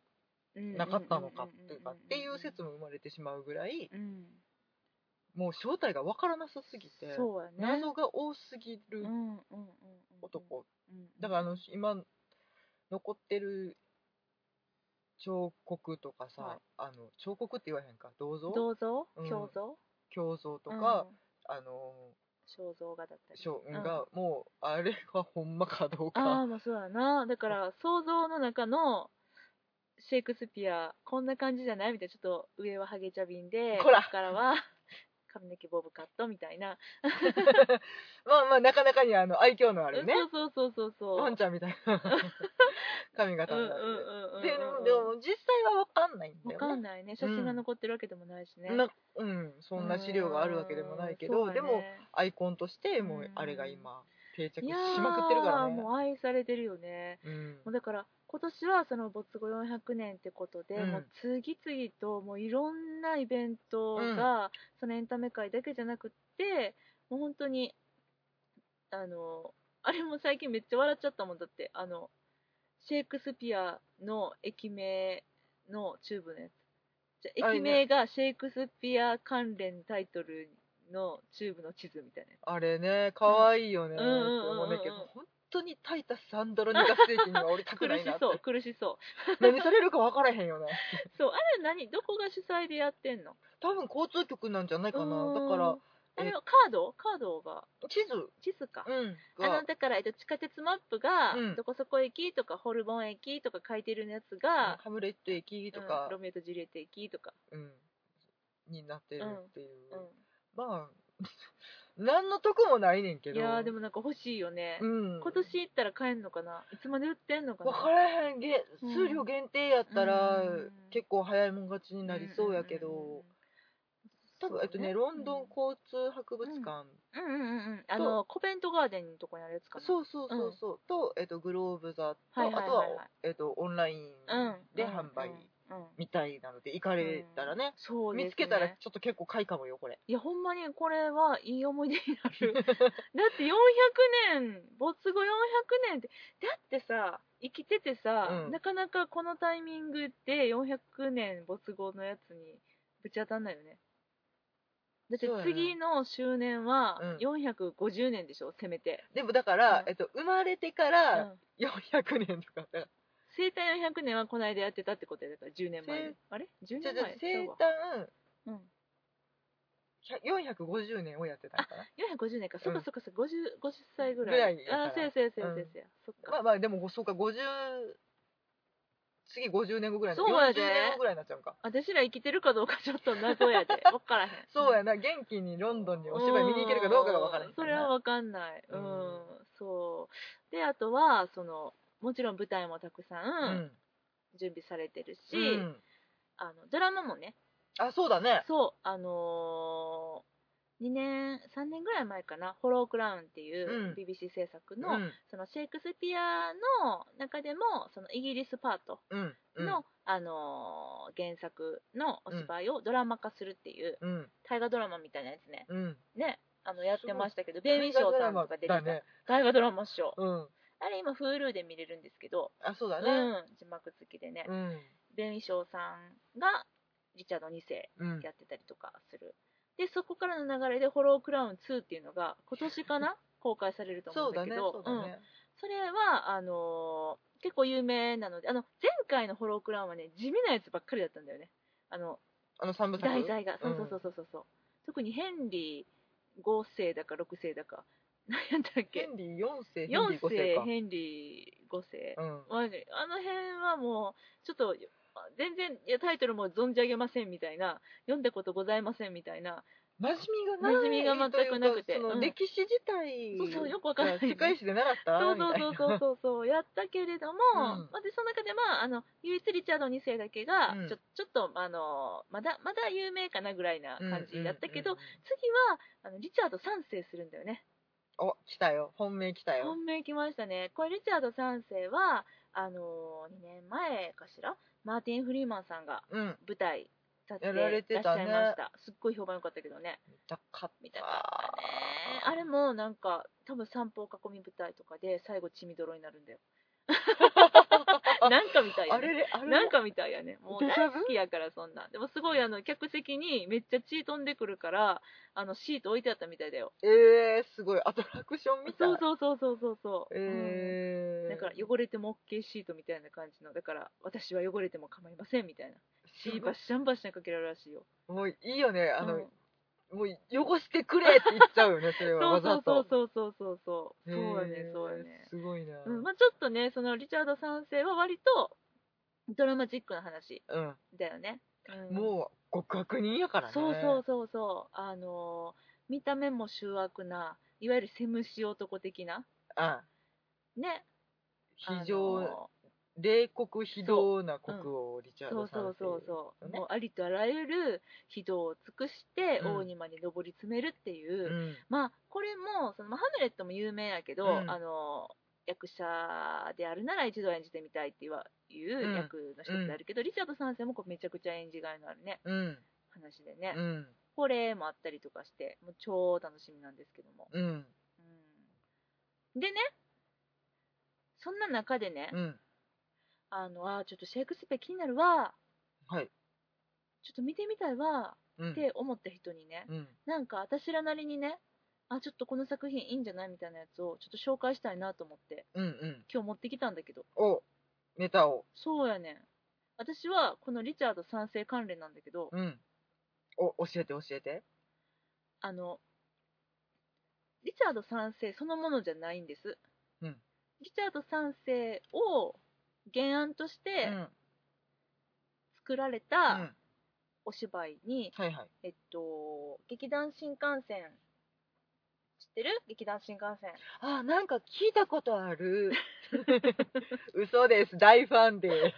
S1: いうん
S2: なかったのかっていうか
S1: ん
S2: っていう説も生まれてしまうぐらい
S1: うん
S2: もう正体がわからなさすぎて、
S1: そうやね
S2: 謎が多すぎ
S1: う
S2: る
S1: んうんうんうん
S2: 男
S1: うんうん
S2: だからあの今残ってる彫刻とかさ、
S1: はい
S2: あの彫刻って言わへんか銅像
S1: 銅像
S2: うん
S1: 胸像
S2: 胸像とか、
S1: うん
S2: あの
S1: 肖像画だったり
S2: 将
S1: うん
S2: 軍が、もうあれはほ んまかどう
S1: あ
S2: か
S1: あまあそうやなだから想像の中のシェイクスピアこんな感じじゃないみたいなちょっと上はハゲチャビンで
S2: こら
S1: ここからは 髪の毛ボブカットみたいな、
S2: まあまあなかなかにあの愛嬌のあるね
S1: そうそうそうそうそう
S2: ワンちゃんみたい な髪型
S1: うんうん
S2: になっ
S1: う
S2: て、
S1: んうん
S2: ででも実際はわかんないんだ
S1: わか
S2: よ
S1: ん
S2: ね
S1: ないね写真が残ってるわけでもないしね、
S2: なうん、そんな資料があるわけでもないけ
S1: う
S2: ど、
S1: ん
S2: で
S1: そう
S2: も
S1: だね
S2: アイコンとしても
S1: うん
S2: うあれが今定着
S1: い
S2: し
S1: や
S2: まくってるから
S1: ー
S2: ね
S1: もう愛されてるよね
S2: うん
S1: もうだから今年はその没後400年ってことで、
S2: うん
S1: もう次々ともういろんなイベントが、そのエンタメ界だけじゃなくってもう本当にあのあれも最近めっちゃ笑っちゃったもんだってあのシェイクスピアの駅名のチューブのやつじゃ
S2: あ
S1: 駅
S2: れね
S1: 名がシェイクスピア関連タイトルのチューブの地図みたいなやつ
S2: あれね可愛いよねって
S1: うんうんうんうん
S2: 思うんだけど本当にタイタス・サンドロニガ世紀には俺たく
S1: 苦
S2: な
S1: し
S2: いなって
S1: そう苦しそう
S2: 何されるか分からへんよね
S1: そうあれ何どこが主催でやってんの
S2: 多分交通局なんじゃないか
S1: う
S2: な
S1: ーん
S2: だから
S1: あれ
S2: え
S1: はカードカードが
S2: 地図、
S1: 地図か、
S2: うん、
S1: あ
S2: が
S1: のだから、えっと、地下鉄マップが、
S2: うん
S1: どこそこ駅とかホルボン駅とか書いてるやつが、
S2: ハムレット駅と
S1: う
S2: か
S1: ん、ロ、ミオとジュリエット駅とか、
S2: うんになってるっていう、
S1: う
S2: まあ 何の得もないねんけ
S1: ん、い
S2: ど
S1: やーでもなんか欲しいよね、
S2: うん、
S1: 今年行ったら買えんのかないつまで売ってんのかな
S2: 分からへんげ
S1: うん
S2: 数量限定やったら、
S1: うん
S2: 結構早いもん勝ちになりそうやけど、
S1: んうんうん
S2: 多分えっとねロンドン交通博物館、
S1: うんうんうんうんあのコベントガーデンのとこにあるやつかなう
S2: そうそうそうそう、と、えっと、グローブ座と、
S1: はいはいはいはい
S2: あとは、えっと、オンライン
S1: うん
S2: で販売
S1: うん、
S2: みたいなので行かれたらね、
S1: そうです、ね、
S2: 見つけたらちょっと結構買いかもよこれ
S1: いやほんまにこれはいい思い出にな るだって400年没後400年ってだってさ生きててさ、
S2: うん
S1: なかなかこのタイミングで400年没後のやつにぶち当たんないよねだって
S2: そうやね
S1: 次の周年は
S2: うん
S1: 450年でしょ、せめて、
S2: でもだから、
S1: うん
S2: えっと、生まれてか
S1: う
S2: ら
S1: ん、
S2: 400年とかだから
S1: 生誕400年はこの間やってたってことやだから10年前
S2: せ
S1: あれ10
S2: じゃ
S1: 年
S2: じゃ
S1: 前
S2: 生
S1: ちゃうわ
S2: 誕
S1: うん
S2: 100 450年をやってたのかな
S1: 450年か、そっ
S2: う
S1: か
S2: ん
S1: そっかそっか、50, 50歳ぐらい。
S2: ぐらいやから
S1: あー、そうやそうやそうやそうや
S2: うん
S1: そうや、そっか。
S2: まあまあでもそうか50次50年後ぐらいの
S1: そうや
S2: 40
S1: で
S2: 年後ぐらいになっちゃうんか
S1: 私ら生きてるかどうかちょっと謎 やで。わからへん。
S2: そうやな元気にロンドンにお芝居見に行けるかどうかがわからない
S1: それはわかんない。う
S2: うん
S1: ん。そう。で、あとは、その、もちろん舞台もたくさ
S2: うんん
S1: 準備されてるし、
S2: うん
S1: あのドラマもね、
S2: あそうだね
S1: そう、あのー、2年、3年ぐらい前かな、ホロークラウンっていううん BBC 制作
S2: う
S1: の、
S2: ん
S1: そのシェイクスピアの中でも、そのイギリスパート
S2: うんうん
S1: の、あのー原作のお芝居をドラマ化するっていう、
S2: うん
S1: 大河ドラマみたいなやつね、
S2: うん
S1: ね、あのやってましたけど、ベ
S2: 大
S1: イミー賞さんとか出てた、
S2: だね
S1: 大河ドラマ賞、
S2: うん
S1: あれ今、Hulu で見れるんですけど、
S2: あそうだ
S1: う
S2: ね
S1: ん、字幕付きでね、
S2: うん
S1: ベイミー賞さんがリチャード2世
S2: うん
S1: やってたりとかする、でそこからの流れで、ホロークラウン2っていうのが、今年か な、公開されると思
S2: そううん
S1: だ
S2: だ
S1: け
S2: ね
S1: ど、
S2: そうだ
S1: うん
S2: ね
S1: それはあのー結構有名なのであの前回の「ホロークラウン」はね地味なやつばっかりだったんだよねあの
S2: あの三部作
S1: 題材がそううんそうそうそうそうそう特にヘンリー5世だか6世だか 何やったっ
S2: ヘ
S1: け
S2: ンリー4世ヘンリ
S1: 4
S2: ー5世
S1: 世
S2: か
S1: ヘンリー5世、
S2: うん
S1: マジあの辺はもうちょっとあ全然いやタイトルも存じ上げませんみたいな読んだことございませんみたいな
S2: 馴染みがない
S1: 馴染みが全くなくて
S2: というかその
S1: うん
S2: 歴史自体
S1: そうそうよくわからない
S2: 世界史で習った
S1: そう
S2: みたい
S1: そうそう
S2: な
S1: そうそうそうやったけれども、
S2: うん
S1: まあ、でその中でまああの唯一リチャード2世だけが、
S2: うん
S1: ちょちょっとあのまだまだ有名かなぐらいな感じだったけど、
S2: うんうん
S1: 次はあのリチャード3世するんだよね
S2: うんお来たよ本命来たよ
S1: 本命来ましたねこれリチャード3世はあの2年前かしらマーティン・フリーマンさんが
S2: うん
S1: 舞台立って
S2: やられて
S1: らっしゃ
S2: た
S1: い
S2: ね
S1: ましたすっごい評判良かったけどね
S2: 見たかった
S1: 見たかったねあれもなんか多分散歩囲み舞台とかで最後血みどろになるんだ よなんかみたい
S2: あ
S1: やね
S2: れれあれれ
S1: なんかみたいやねもう
S2: デジャ
S1: 大
S2: ブ
S1: 好きやからそんなでもすごいあの客席にめっちゃ血飛んでくるからあのシート置いてあったみたいだよ
S2: えー、すごいアトラクションみたい
S1: そうそうそうそうそうそう、
S2: え
S1: うん
S2: ー、
S1: だから汚れても OK シートみたいな感じのだから私は汚れても構いませんみたいなシ
S2: すごい
S1: ーバッシャンバッシャンかけられるらしいよ
S2: もういいよねあの、
S1: うん
S2: もう汚してくれって言っちゃうよねそれ は
S1: そう
S2: わ
S1: そ
S2: ざ
S1: うそう
S2: と
S1: そうそうそうそう
S2: へ
S1: そう
S2: ー
S1: やねそうやね
S2: すごいな
S1: うんまあ、ちょっとねそのリチャード3世は割とドラマチックな話
S2: うん
S1: だよね、うん
S2: もう極悪人やからね
S1: そうそうそうそうあのー見た目も醜悪ないわゆるセムシ男的な
S2: あ
S1: ね
S2: 非
S1: あ
S2: 常
S1: の
S2: 冷酷非道な国王リチャ
S1: ー
S2: ード
S1: そう
S2: さん
S1: そうそう
S2: う
S1: そう、
S2: ね
S1: もうありとあらゆる非道を尽くして
S2: うん
S1: 王にまで上り詰めるっていう、
S2: うん
S1: まあこれもその、まあ、ハムレットも有名やけど、
S2: うん
S1: あの役者であるなら一度は演じてみたいっていういう役の一つであるけど、リチャード三世もこうめちゃくちゃ演じがいのあるね
S2: うん
S1: 話でね、
S2: うん
S1: これもあったりとかしてもう超楽しみなんですけども、
S2: うん
S1: うん、でねそんな中でね、
S2: うん
S1: あのあーちょっとシェイクスピア気になるわ
S2: はい
S1: ちょっと見てみたいわ
S2: うん
S1: って思った人にね、
S2: うん
S1: なんか私らなりにねあちょっとこの作品いいんじゃないみたいなやつをちょっと紹介したいなと思って
S2: うんうん
S1: 今日持ってきたんだけど
S2: おネタを
S1: そうやねん私はこのリチャード三世関連なんだけど
S2: うんお教えて教えて
S1: あのリチャード三世そのものじゃないんです、
S2: うん
S1: リチャード三世を原案とし
S2: う
S1: て
S2: ん
S1: 作られ
S2: うん
S1: たお芝居に、
S2: はいはい
S1: えっと劇団新幹線知ってる劇団新幹線
S2: あなんか聞いたことある 嘘です大ファンで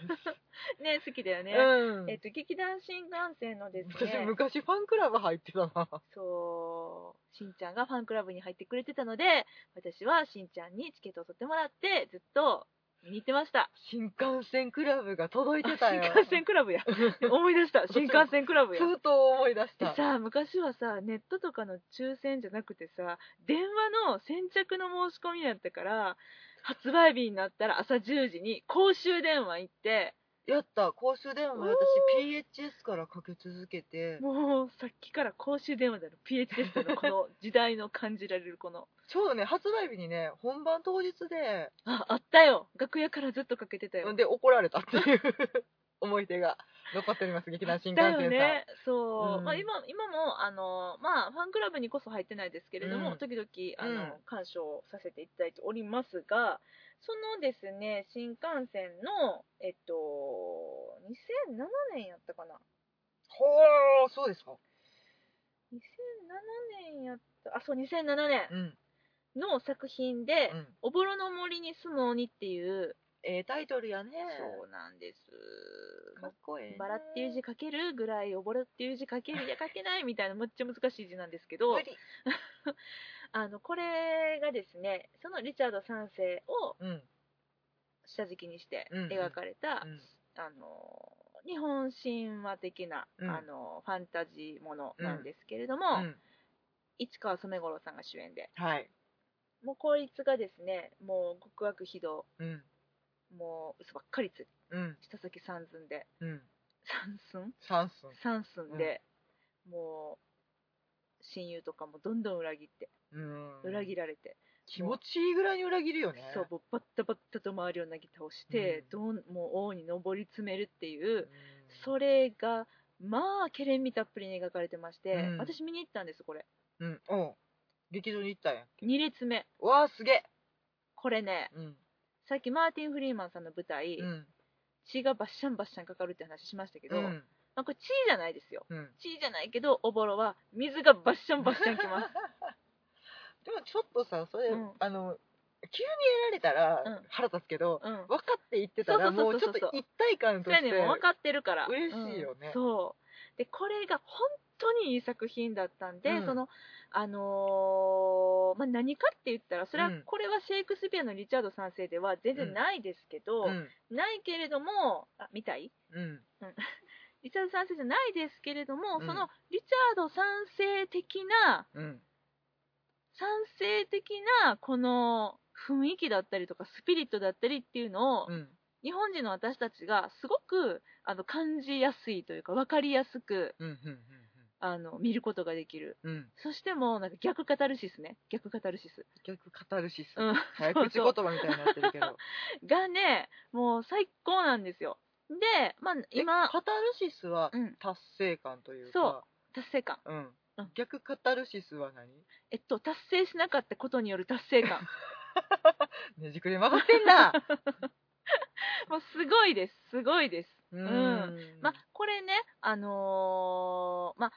S2: す
S1: ね好きだよね、
S2: うん
S1: えっと、劇団新幹線のです
S2: 私
S1: ね、
S2: 昔ファンクラブ入ってたな
S1: そう、しんちゃんがファンクラブに入ってくれてたので、私はしんちゃんにチケットを取ってもらって、ずっと見に行ってました
S2: 新幹線クラブが届いてた
S1: 新
S2: よ
S1: 幹線クラ ブや思い出した新幹線クラブや
S2: ふと思い出した
S1: でさ昔はさネットとかの抽選じゃなくてさ電話の先着の申し込みやったから発売日になったら朝10時に公衆電話行って
S2: やった公衆電話
S1: おー
S2: 私 PHS からかけ続けて
S1: もうさっきから公衆電話だの PHS だのこの時代の感じられるこの
S2: ちょうどね発売日にね本番当日で
S1: ああったよ楽屋からずっとかけてたよ
S2: で怒られたっていう 思い出が残っております劇団新幹線さん
S1: だよねそう、
S2: うん
S1: まあ、今今もあの、まあ、ファンクラブにこそ入ってないですけれども、
S2: うん
S1: 時々あの、
S2: うん
S1: 鑑賞させていただいておりますがそのですね新幹線のえっと2007年やったかな
S2: ほーそうですか
S1: 2007年やったあそう2007年
S2: うん
S1: の作品で
S2: うん
S1: 「おぼろの森に住む鬼」っていう、
S2: ええタイトルやね
S1: そうなんです
S2: かっこええね
S1: バラっていう字書けるぐらい、おぼろっていう字書ける、いや書けないみたいな、めっちゃ難しい字なんですけど
S2: 無、理
S1: あの、これがですね、そのリチャード3世を
S2: うん
S1: 下敷きにして
S2: うんうん
S1: 描かれた、
S2: うん
S1: あの、日本神話的な、
S2: うん
S1: あの、ファンタジーものなんですけれども、
S2: うん
S1: 市川染五郎さんが主演で、
S2: はい
S1: もうこいつがですね、もう極悪非道、
S2: うん
S1: もう嘘ばっかりつ、
S2: うん
S1: 下先三寸で、
S2: うん
S1: 三寸
S2: 三寸
S1: 三寸で、もう親友とかもどんどん裏切って
S2: うん
S1: 裏切られて、
S2: 気持ちいいぐらいに裏切るよね
S1: そうもうバッタバッタと周りをなぎ倒して、どんもう王に上り詰めるっていう、
S2: うん
S1: それがまあケレン味たっぷりに描かれてまして、
S2: うん
S1: 私見に行ったんですこれ
S2: うんおう劇場に行ったんや
S1: 2列目
S2: うわあすげえ
S1: これね
S2: うん
S1: さっきマーティン・フリーマンさんの舞台、
S2: うん
S1: 血がバッシャンバッシャンかかるって話しましたけど、
S2: うん
S1: まあ、これ血じゃないですよ
S2: うん
S1: 血じゃないけどおぼろは水がバッシャンバッシャンきます
S2: でもちょっとさそれ、
S1: うん
S2: あの急にやられたら
S1: うん
S2: 腹立つけど、
S1: うん
S2: 分かって言ってた
S1: そ
S2: らも
S1: うそうそ
S2: うち
S1: う
S2: ょ
S1: そうそう
S2: っと一体感
S1: そ
S2: と
S1: うや
S2: し
S1: ね
S2: て
S1: もう分かってるから
S2: 嬉しいよね
S1: うんそうでこれが本当にいい作品だったんで、
S2: うん
S1: そのあのーまあ、何かって言ったらそれは、
S2: うん
S1: これはシェイクスピアのリチャード3世では全然ないですけど、
S2: うん
S1: ないけれどもあ見たい
S2: うん
S1: リチャード3世じゃないですけれども、
S2: うん
S1: そのリチャード3世的な
S2: うん
S1: 3世的なこの雰囲気だったりとかスピリットだったりっていうのを、
S2: うん
S1: 日本人の私たちがすごくあの感じやすいというか分かりやすく
S2: うんうん
S1: あの見ることができる
S2: うんうん
S1: そしてもうなんか逆カタルシスね逆カタルシス、
S2: 逆カタルシス、
S1: うん、
S2: 早
S1: そう
S2: 口
S1: そう
S2: 言葉みたいになってるけ ど
S1: がねもう最高なんですよで、まあ、
S2: え
S1: 今、
S2: カタルシスは
S1: うん、
S2: 達成感というか
S1: そ達成感
S2: う、ん
S1: うん、
S2: 逆カタルシスは何
S1: えっと達成しなかったことによる達成 感
S2: ねじくれ曲がって んな
S1: もうすごいですすごいです
S2: う
S1: まあこれねあのーまあ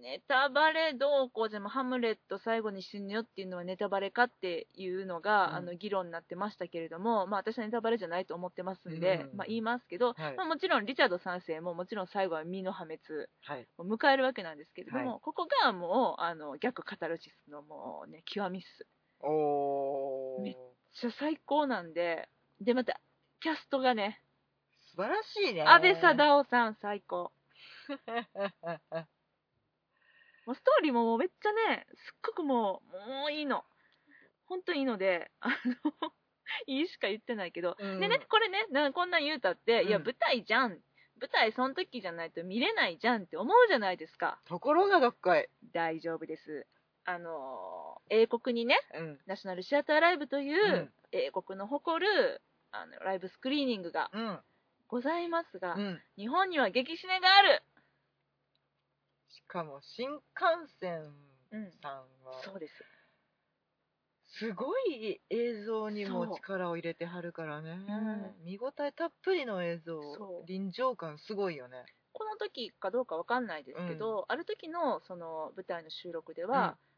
S1: ネタバレどうこうじゃもうハムレット最後に死ぬよっていうのはネタバレかっていうのが、
S2: うん
S1: あの議論になってましたけれども、まあ、私はネタバレじゃないと思ってますんで、
S2: うん
S1: まあ、言いますけど、
S2: はい
S1: まあ、もちろんリチャード3世ももちろん最後は身の破滅
S2: はい
S1: を迎えるわけなんですけれども、
S2: は
S1: ここがもうあの逆カタルシスのもう、ね、極みっす
S2: おー
S1: めっめっちゃ最高なんででまたキャストがね
S2: 素晴らしいね
S1: 阿部サダヲさん最高 もうストーリーももうめっちゃねすっごくもうもういいの本当にいいのであの いいしか言ってないけど、
S2: うん
S1: でねこれねなこんなん言うたって、いや
S2: うん
S1: 舞台じゃん舞台その時じゃないと見れないじゃんって思うじゃないですか
S2: ところがどっこい、
S1: 大丈夫ですあのー英国にね
S2: うん
S1: ナショナルシアターライブという、
S2: うん
S1: 英国の誇るあのライブスクリーニングが
S2: うん
S1: ございますが、
S2: うん、
S1: 日本には激シネがある、
S2: しかも新幹線さんは
S1: そうです
S2: すごい映像に
S1: そう
S2: も力を入れてはるからね、
S1: う
S2: 見応えたっぷりの映像
S1: そう
S2: 臨場感すごいよね
S1: この時かどうかわかんないですけど、ある時のその舞台の収録では、えー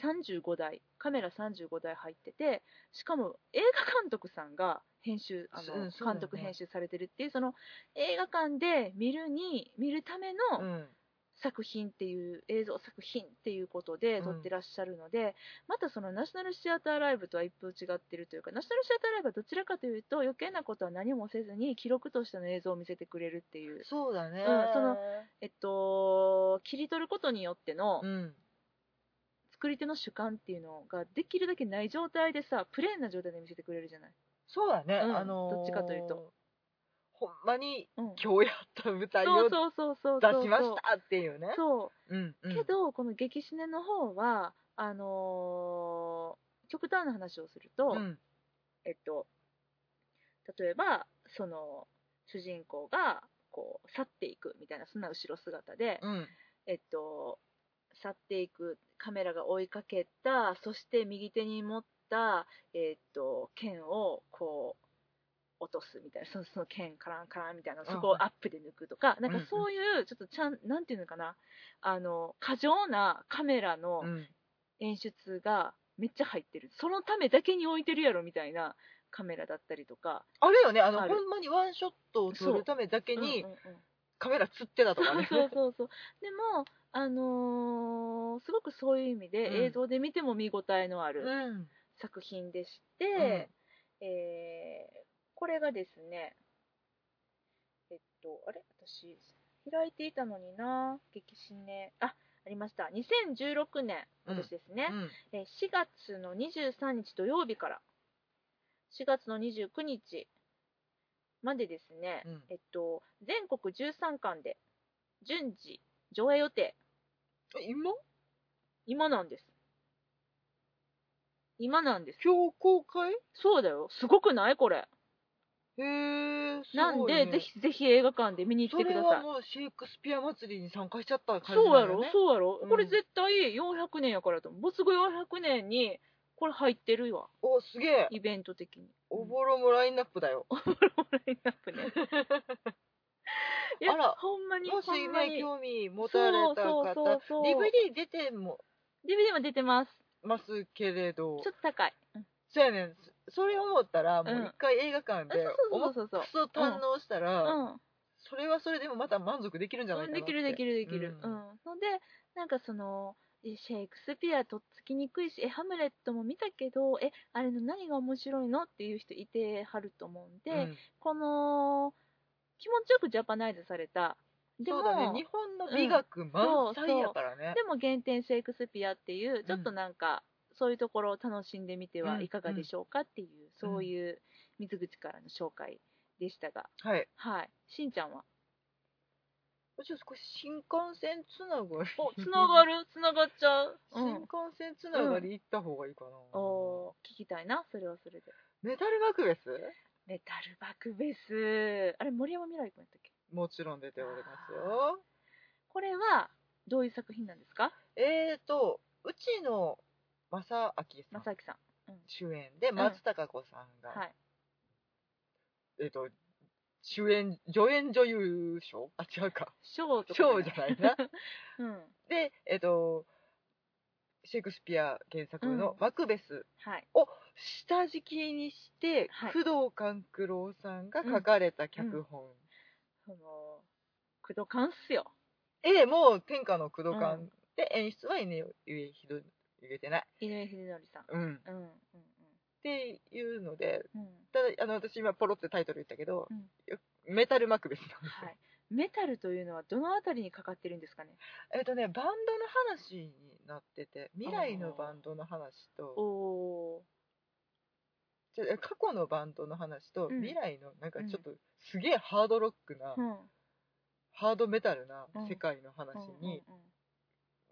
S1: 35台カメラ35台入っててしかも映画監督さんが編集あ
S2: うん
S1: の
S2: そう
S1: 監
S2: だよね
S1: 督編集されてるっていうその映画館で見るに見るため
S2: う
S1: の
S2: ん
S1: 作品っていう映像作品っていうことで
S2: うん
S1: 撮ってらっしゃるので、またそのナショナルシアターライブとは一風違ってるというかナショナルシアターライブはどちらかというと余計なことは何もせずに記録としての映像を見せてくれるっていう、
S2: そうだね、
S1: うんそのえっと、切り取ることによっての
S2: うん
S1: 作り手の主観っていうのができるだけない状態でさプレーンな状態で見せてくれるじゃない。
S2: そうだね、
S1: うん
S2: あのー
S1: どっちかというと
S2: ほんまに
S1: うん
S2: 今日やった舞台
S1: そ
S2: を
S1: うそうそうそうそう
S2: 出しましたっていうね
S1: そう
S2: うんうん
S1: けど、この激シネの方はあのー極端な話をすると、
S2: うん
S1: えっと、例えばその主人公がこう去っていくみたいなそんな後ろ姿で、
S2: うん
S1: えっと、去っていくカメラが追いかけたそして右手に持った、えっと、剣をこう落とすみたいなそのその剣カランカランみたいなそこをアップで抜くとか、
S2: ん
S1: なんかそういうちょっとちゃんなんていうのかなあの過剰なカメラの
S2: うん
S1: 演出がめっちゃ入ってるそのためだけに置いてるやろみたいなカメラだったりとか
S2: あれよねあの
S1: ある
S2: ほんまにワンショットを撮るためだけ
S1: う
S2: に
S1: んうんうん
S2: カメラつってたとかね
S1: そうそうそうでもあのーすごくそういう意味
S2: うん
S1: で映像で見ても見応えのある
S2: うん
S1: 作品でして、えーこれがですねえっとあれ私開いていたのにな激死ねあありました2016年今年ですね、
S2: うん
S1: えー4月の23日土曜日から4月の29日までですね、
S2: うん
S1: えっと、全国13巻で順次上映予定
S2: え今
S1: 今なんです今なんです
S2: 今日公開
S1: そうだよすごくないこれ
S2: へえすごいね
S1: なんでぜひぜひ映画館で見に来
S2: そ
S1: てく
S2: れ
S1: だ
S2: は
S1: さい
S2: もうシェイクスピア祭りに参加しちゃった感じ
S1: そう
S2: な
S1: や
S2: んだ
S1: ろ
S2: ね
S1: そうやろ、
S2: うん
S1: これ絶対400年やからと思う没後400年にこれ入ってるわ
S2: おすげえ
S1: イベント的に
S2: おぼろもラインナップだよ
S1: ラインナップ ね。いや、
S2: あら
S1: ほんまに、
S2: もし
S1: ほんまに
S2: ね。興味持たれた
S1: そうそうそ
S2: 方
S1: うそう
S2: DVD 出ても
S1: DVD も出てます。
S2: ますけれど
S1: ちょっと高い。
S2: そうやねんそそれ思ったらも
S1: う
S2: うん一回映画館で
S1: そうそうそうそう
S2: 思っくそ堪能した
S1: う
S2: ら
S1: ん。
S2: それはそれでもまた満足できるんじゃないかな
S1: できるでき
S2: る
S1: るできる。
S2: う
S1: うんん。ので、なんかその、シェイクスピアとっつきにくいし、え、ハムレットも見たけど、え、あれの何が面白いのっていう人いてはると思うんで、この、気持ちよくジャパナイズされた。で
S2: そ
S1: も、
S2: うだね日本の美学満載やからね
S1: でも原点シェイクスピアっていうちょっとなんか、そういうところを楽しんでみてはいかがでしょうかっていう、
S2: うん
S1: そういう水口からの紹介でしたが、
S2: はい
S1: はいしんちゃんは
S2: ちょっとこれ新幹線つながり
S1: おつながるつながっちゃう、う
S2: 新
S1: ん
S2: 幹、線つながり行った方がいいかな、
S1: おー聞きたいなそれはそれで
S2: メタルマクベス
S1: メタルバクベスあれ森山未来君やったっけ
S2: もちろん出ておりますよ
S1: これはどういう作品なんですか
S2: えーとうちの正明さん
S1: 正明さん
S2: 主演で
S1: ん
S2: 松たか子さんが、
S1: はい
S2: えーと主演助演女優賞あ違うか
S1: 賞とか
S2: 賞じゃ ないな
S1: うん
S2: でえーとシェイクスピア原作の
S1: うん
S2: 「マクベス
S1: はい」
S2: 下敷きにして、
S1: はい
S2: 工藤官九郎さんが書かれた脚本、
S1: その工藤勘っすよ
S2: ええもう天下の工藤館、
S1: うん
S2: で演出はねゆえひど言えてない、
S1: 井上秀則さん
S2: うん、っ
S1: うんうん
S2: ていうので
S1: うんうん
S2: ただあの私今ポロってタイトル言ったけど、
S1: うん
S2: メタルマクベスなんですよ、
S1: はい、メタルというのはどのあたりにかかってるんですかね
S2: えっ、とねバンドの話になってて未来のバンドの話と
S1: お
S2: ちょえ過去のバンドの話と、
S1: うん
S2: 未来のなんかちょっとすげえハードロックな、
S1: ー、うん
S2: ハードメタルな
S1: うん
S2: 世界の話に
S1: うん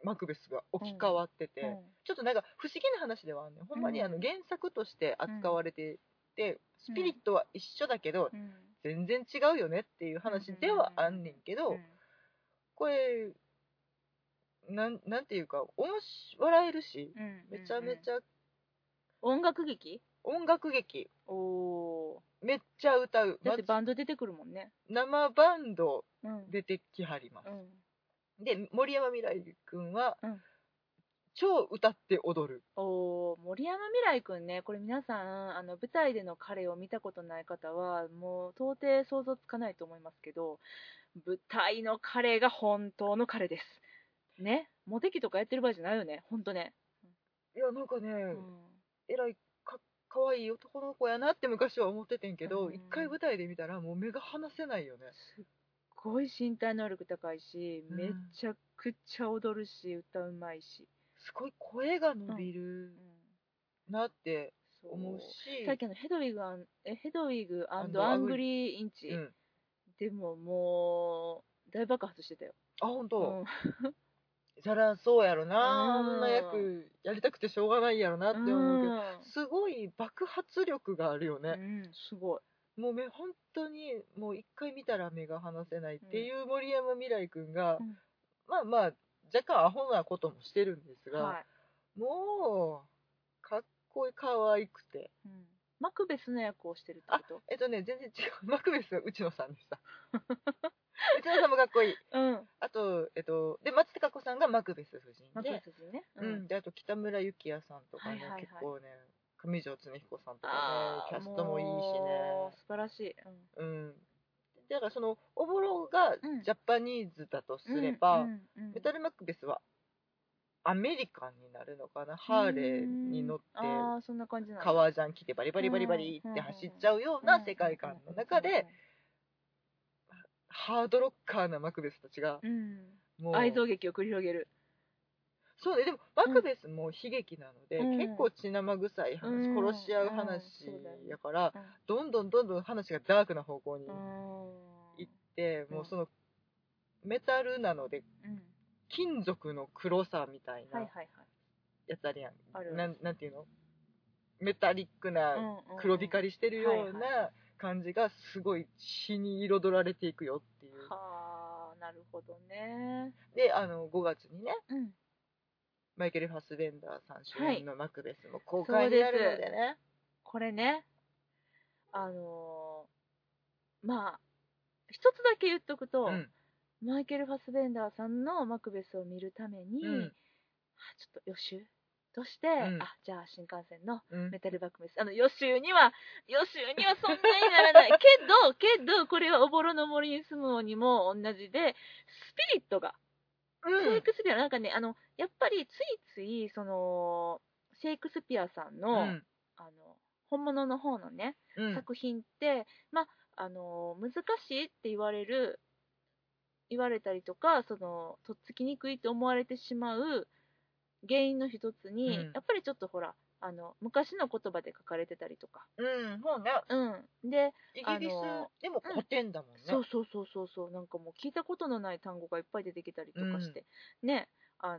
S2: マクベスが置き換わってて、
S1: うんうん
S2: ちょっとなんか不思議な話ではあんねんほんまに
S1: うん
S2: あの原作として扱われてて、
S1: うん
S2: スピリットは一緒だけど、
S1: うん
S2: 全然違うよねっていう話ではあんねんけど、
S1: うん
S2: これなんなんていうかおもし笑えるし
S1: うん
S2: めちゃめち
S1: ゃ
S2: ゃ
S1: 音楽劇
S2: 音楽劇
S1: おお
S2: めっちゃ歌う
S1: ーだって
S2: ま
S1: バンド出てくるもんね
S2: ず生バンド
S1: うん
S2: 出てきはります
S1: う、ん
S2: で森山未來君は、
S1: うん
S2: 超歌って踊る。
S1: おー森山未来くんね、これ皆さん、あの舞台での彼を見たことない方は、もう到底想像つかないと思いますけど、舞台の彼が本当の彼です。ね、モテ期とかやってる場合じゃないよね、本当ね。
S2: いや、なんかね、
S1: うん
S2: えらいか可愛い男の子やなって昔は思っててんけど、
S1: うん
S2: 一回舞台で見たらもう目が離せないよね。
S1: すっごい身体能力高いし、
S2: うん
S1: めちゃくちゃ踊るし、歌うまいし。
S2: すごい声が伸びる
S1: うん
S2: なって
S1: そう
S2: 思うし、
S1: さっきのヘドウィグアンえヘドウィグアン
S2: アンド
S1: アングリーインチ、
S2: うん、
S1: でももう大爆発してたよ、
S2: あ、本
S1: う
S2: 当。
S1: ん
S2: そりゃそうやろな、
S1: うん
S2: あんな役やりたくてしょうがないやろなって思うけど、すごい爆発力があるよ
S1: うん
S2: ね、
S1: うんすごい
S2: もう目本当にもう一回見たら目が離せないっていう森山未来君が、
S1: うん
S2: まあまあ若干アホなこともしてるんですが、
S1: はい、
S2: もうかっこいい可愛くて
S1: うん、マクベスの役をしてるってこ
S2: えっとね全然違うマクベスは内野さんでした 内野さんもかっこいい
S1: とうん
S2: あとえっとで松たか子さんがマクベス夫
S1: マク
S2: 人で
S1: ベスですね、
S2: うんであと北村幸也さんとか
S1: は
S2: ね、
S1: いはいはい
S2: 結構ね上条恒彦さんと
S1: あ
S2: か
S1: ー
S2: ねキャストもい
S1: もう
S2: い
S1: 素晴らしい、うん
S2: しねうんだからそのおぼろが
S1: うん
S2: ジャパニーズだとすれば、
S1: うんうんうん
S2: メタルマクベスはアメリカンになるのかなハーレーに乗って
S1: うんあーそんな感じなんだ
S2: 革ジャン着てバリバリバリバリって走っちゃうような世界観の中で、ハードロッカーなマクベスたちが
S1: うんうんうん
S2: も
S1: う、
S2: うん
S1: 愛憎劇を繰り広げる
S2: そうねでもマクベスも悲劇なので、
S1: うん
S2: 結構血生臭い話、
S1: うん
S2: 殺し合う話
S1: うんそうだよね
S2: やから、
S1: うん
S2: どんどんどんどん話がダークな方向に行っ
S1: うん
S2: いて、
S1: うん
S2: もうそのメタルなので
S1: うん
S2: 金属の黒さみたい
S1: はい
S2: な
S1: はいはい
S2: やつあるやん、
S1: ある
S2: なんなんていうのメタリックな黒光りしてる
S1: はい
S2: よ
S1: はいう
S2: な感じがすごい血に彩られていくよっていう、
S1: はあなるほどね
S2: であの5月にね
S1: うん
S2: マイケル・ファスベンダーさん主
S1: はい
S2: 演のマクベスも公開になるのでね、
S1: これねあのーまあ一つだけ言っとくと、
S2: うん
S1: マイケル・ファスベンダーさんのマクベスを見るために、
S2: うん
S1: あちょっと予習として、
S2: うん
S1: あじゃあ新幹線の
S2: うん
S1: メタルバックメスあの予習には予習にはそんなにならないけどけ どこれはおぼろの森に住むのにも同じでスピリットがシェイクスピアなんかねあのやっぱりついついそのシェイクスピアさんの,、
S2: うん
S1: あの本物の方のね、
S2: うん
S1: 作品って、まあ、あの難しいって言われる言われたりとかそのとっつきにくいと思われてしまう原因の一つに、
S2: うん
S1: やっぱりちょっとほらあの昔の言葉で書かれてたりとか、
S2: うん、もうね
S1: うん、で
S2: イギリスでも古典だもんね、
S1: そうそうそうそうそうなんかもう聞いたことのない単語がいっぱい出てきたりとかして、ねあのー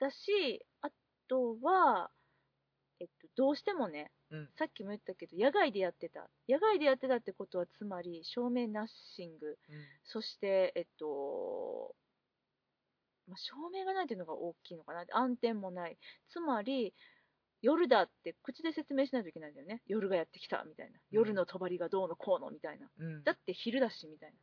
S1: だしあとは、えっと、どうしてもね、
S2: うん
S1: さっきも言ったけど野外でやってた野外でやってたってことはつまり照明ナッシング
S2: うん
S1: そしてえっとまあ、照明がないっていうのが大きいのかな暗転もないつまり夜だって口で説明しないといけないんだよね夜がやってきたみたいな夜の帳がどうのこうのみたいな
S2: うん
S1: だって昼だしみたいな。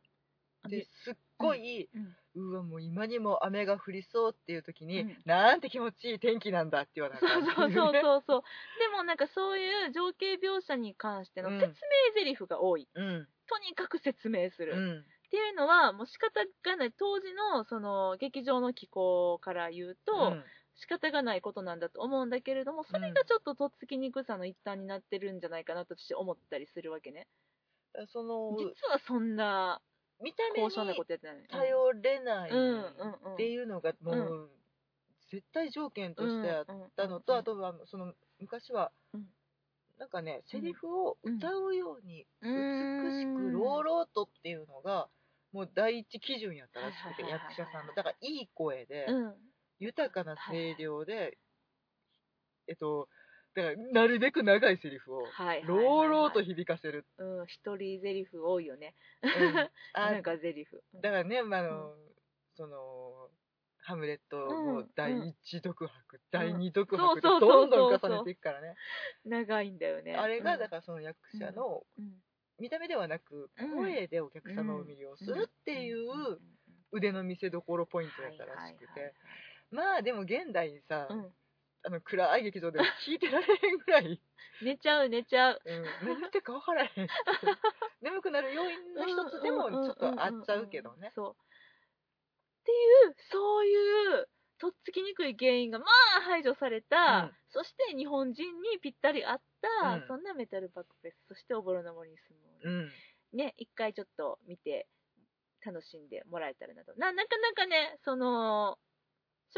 S2: で、すっごい、
S1: うん、
S2: うわもう今にも雨が降りそうっていう時に、
S1: うん
S2: なんて気持ちいい天気なんだって言わな
S1: そうそうそう
S2: う
S1: そう そう。でもなんかそういう情景描写に関しての
S2: うん
S1: 説明台詞が多い。
S2: うん
S1: とにかく説明する、
S2: う
S1: っ
S2: ん
S1: ていうのはもう仕方がない当時のその劇場の機構から言うと、
S2: うん
S1: 仕方がないことなんだと思うんだけれどもそれがちょっととっつきにくさの一端になってるんじゃないかなと私思ったりするわけね。
S2: その
S1: 実はそんな
S2: 見た目
S1: 高尚なこ
S2: に
S1: とやってないのに。
S2: 頼れない
S1: うんうんうん
S2: っていうのがもう、絶対条件としてあっ
S1: うんうん
S2: たのと、あとはその昔は、
S1: うん
S2: なんかねセリフを歌うように
S1: う
S2: 美
S1: ん
S2: しく朗々とっていうのがもう第一基準やったらしくて
S1: はいはいはいはい
S2: 役者さんのだからいい声で、
S1: うん
S2: 豊かな声量で、えっとだからなるべく長いセリフを
S1: はいはいはいはい
S2: 朗々と響かせる、
S1: うん、一人台詞多いよね。
S2: うんあ
S1: なんか台詞。
S2: だからね、まああのそのハムレット
S1: う
S2: も
S1: ん
S2: 第一独白、第二独
S1: そ
S2: 白
S1: う
S2: で
S1: そ
S2: ど
S1: うそうそうん
S2: どん重ねていくからね、
S1: 長いんだよね。
S2: あれがだ
S1: か
S2: からその役者の
S1: ら、うん
S2: 見た目ではなく
S1: うん
S2: 声でお客様を魅了するっていう腕の見せどころポイントだったらしくて、まあでも現代にさ、
S1: うん、
S2: あの暗い劇場でも聞いてられへんぐらい、
S1: 寝ちゃう寝ちゃう
S2: うん、何言ってるか分からへん眠くなる要因の一つでもちょっとあっちゃうけどね
S1: そうっていうそういうとっつきにくい原因がまあ排除された、
S2: うん
S1: そして日本人にぴったり合った、
S2: うん
S1: そんなメタルバックフェスそしておぼろの森に住む
S2: うん
S1: ね、一回ちょっと見て、楽しんでもらえたらなと。な、なかなかね、その、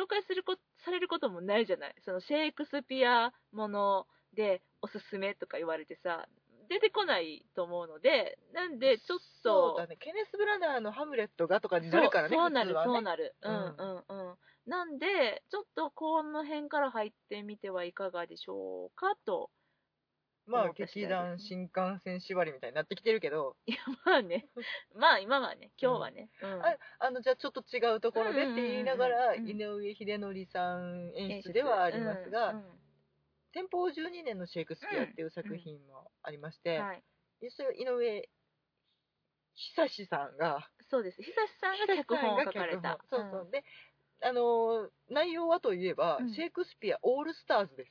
S1: 紹介するこ、されることもないじゃない。その、シェイクスピアもので、おすすめとか言われてさ、出てこないと思うので、なんで、ちょっ
S2: そう
S1: と、
S2: だねケネス・ブラナーの「ハムレット」がとかになるからね
S1: そうそうな
S2: 普
S1: る、
S2: 通はね
S1: そうなる。うんうんうん。なんで、ちょっとこの辺から入ってみてはいかがでしょうかと。
S2: ま
S1: 思
S2: あ
S1: った次
S2: 劇
S1: 第ですね
S2: 団新幹線縛りみたいになってきてるけど、
S1: まあね、まあ今はね、今日はね。うん
S2: ああのじゃあちょっと違うところでって言いながら、
S1: うんうんうんうん
S2: 井上秀則さん演出ではあります
S1: う
S2: が、
S1: んうん
S2: 天保12年のシェイクスピアっていう作品もありまして、
S1: はい、
S2: それ井上久志さんが
S1: そうです。久志さんが脚本を書かれた。
S2: そうそう、であのー内容はといえば、
S1: うん
S2: シェイクスピアオールスターズです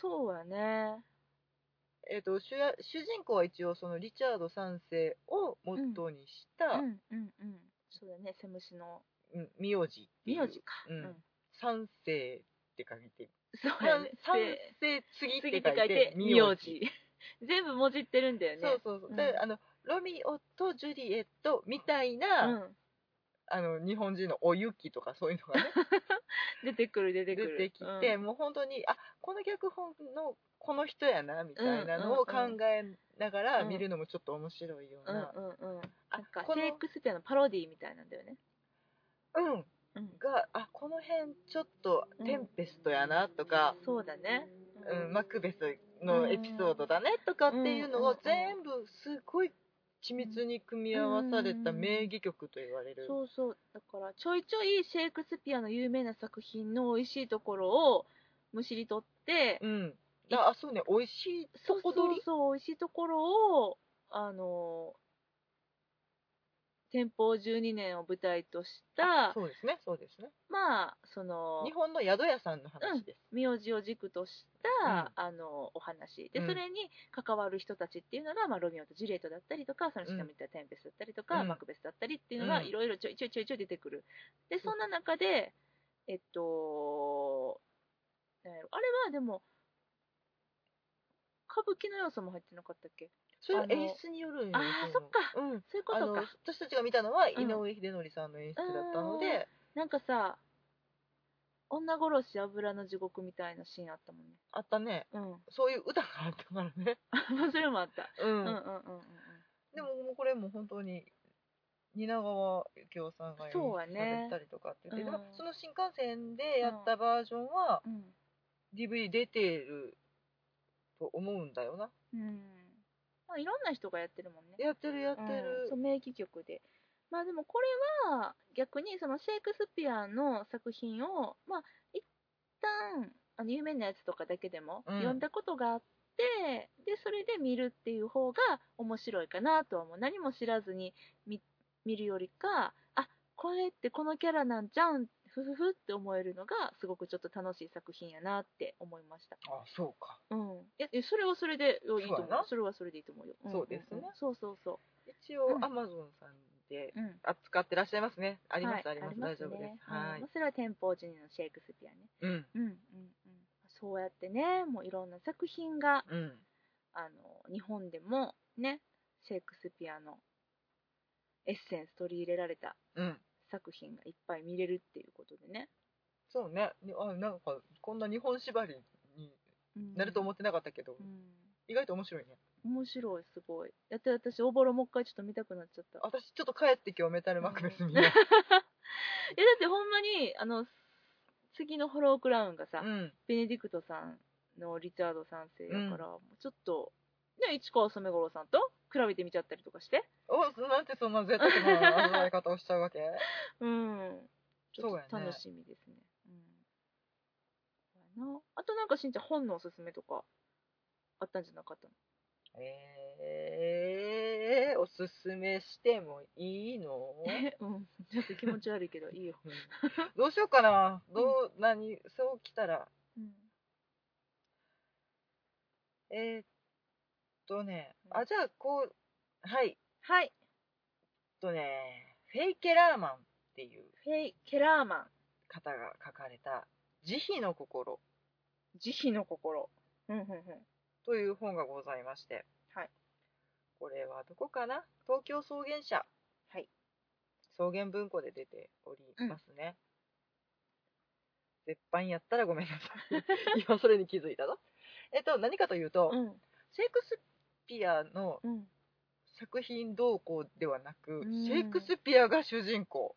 S1: そうやね。
S2: えっと主や主人公は一応そのリチャード3世をモットーにし
S1: う
S2: た
S1: んうんうん。そうだね。セムシの
S2: うん名字っていう
S1: 名字か。
S2: う
S1: うんん。
S2: 三世って書いて
S1: そうや
S2: 三
S1: ね。
S2: 三
S1: で
S2: 世次
S1: 次
S2: って書い
S1: って書いて、
S2: て
S1: 名字。 全部もじってるんだよね。
S2: そうそうそう、
S1: うん
S2: であのロミオとジュリエットみたいな、
S1: うん。
S2: あの日本人のおゆきとかそういうのがね
S1: 出てくる出て
S2: 出
S1: くる。
S2: てきて、もう本当にあこの脚本のこの人やなみたいなのを考えながら見るのもちょっと面白いよう
S1: うん、うん
S2: な、
S1: うんうん。な
S2: あ
S1: んか、
S2: こ
S1: シ
S2: の
S1: ェイクスピアのパロディみたいなんだよね。
S2: うん、
S1: うん。
S2: があこの辺ちょっと
S1: うん
S2: テンペストやなとか、
S1: そうだね。
S2: うんマクベスのエピソードだねとかっていうの
S1: う
S2: を
S1: ん
S2: 全部すごい緻密に組み合わされた名義曲と言われる、
S1: そうそうだからちょいちょいシェイクスピアの有名な作品の美味しいところをむしり取って、
S2: うん、ああそうね美味しい
S1: そうそ
S2: こど
S1: う
S2: り
S1: そう美味しいところをあの天保12年を舞台とした
S2: そうですねそうですね
S1: まあその
S2: 日本の宿屋さんの話です、
S1: 名字を軸とした、あのお話で、
S2: うん
S1: それに関わる人たちっていうのが、まあ、ロミオとジュリエットだったりとかその
S2: うん
S1: 下見たテンペスだったりとか、
S2: うん
S1: マクベスだったりっていうのが
S2: うん
S1: いろいろちょいちょいちょいちょい出てくるでそんな中でえっとなんやろあれはでも歌舞伎の要素も入ってなかったっけ
S2: それは
S1: あの
S2: 演出によるんよ
S1: あーそっか
S2: そのうん
S1: そういうこ
S2: あ
S1: と
S2: の
S1: か
S2: 私たちが見たのは井
S1: うん
S2: 上秀則さんの演出だったので、
S1: なんかさ女殺し油の地獄みたいなシーンあったもんね
S2: あったねそういう歌があったからね、
S1: うん それもあった、
S2: うん
S1: うん、うんうんうんうん
S2: でももうこれも本当に蜷川幸雄さんが演
S1: そう
S2: 出
S1: や
S2: さ
S1: ね
S2: れたりとかって言って、
S1: うん
S2: でもその新幹線でやったバージョンは
S1: うん
S2: DVD 出てると思うんだよな
S1: うんまあ、いろんな人がやってるもんね。
S2: やってるやって
S1: うん
S2: る
S1: そう、名義曲で。まあでもこれは逆にそのシェイクスピアの作品を、まあ一旦あの有名なやつとかだけでも
S2: うん
S1: 読んだことがあって、で、それで見るっていう方が面白いかなとは思う。何も知らずに見見るよりか、あ、これってこのキャラなんじゃうん、ふふふって思えるのがすごくちょっと楽しい作品やなって思いました。
S2: あそうか
S1: うん、いやいやそれはそれでよいいと思う
S2: そうやな
S1: それはそれでいいと思うよ、ん
S2: そうですね
S1: んそうそうそ
S2: 一
S1: う
S2: 応
S1: ん
S2: Amazon さんで
S1: う、うん、
S2: 扱ってらっしゃいますねあ
S1: あ
S2: ります、あります大丈夫です
S1: は
S2: はいい
S1: まあ、それは天保寺のシェイクスピアね
S2: うん
S1: うんうんうんそうやってねもういろんな作品が
S2: うん
S1: あの日本でもねシェイクスピアのエッセンス取り入れられた
S2: うん
S1: 作品がいっぱい見れるっていうことでね、
S2: そうねにあなんかこんな日本縛りに
S1: うん
S2: なると思ってなかったけど、
S1: うん
S2: 意外と面白いね
S1: 面白いすごいだって私おぼろもう一回ちょっと見たくなっちゃった
S2: 私ちょっと帰って今日メタルマクベス見よ
S1: えだってほんまにあの次のホロークラウンがさ、
S2: う、うん、
S1: ベネディクトさんのリチャード3世やから、もうちょっと、ね、市川染五郎さんと比べてみちゃったりとかして、
S2: おなんてそんな贅沢な味わい方をしちゃうわけ
S1: うん、ちょ
S2: そう
S1: っ
S2: やね
S1: と楽しみですね。うんそうやなあとなんかしんちゃん本のおすすめとかあったんじゃなかったの
S2: ええー、おすすめしてもいいの、
S1: うん、ちょっと気持ち悪いけどいいよ、
S2: うんどうしようかなどう、何 そうきたら
S1: うん、
S2: えー、っとね
S1: うん
S2: あじゃあこうはいえっ
S1: はい
S2: とねフェイケラーマンっていう
S1: フェイ・ケラーマン
S2: 方が書かれた「慈悲の心
S1: 慈悲の心うんうんうん」
S2: という本がございまして、
S1: はい、
S2: これはどこかな東京草原社、
S1: はい、
S2: 草原文庫で出ておりますね、絶版やったらごめんなさい 今それに気づいたぞえっと何かというと、
S1: うん
S2: シェイクスピアの
S1: うん
S2: 作品動向ではなく、
S1: うん
S2: シェイクスピアが主人公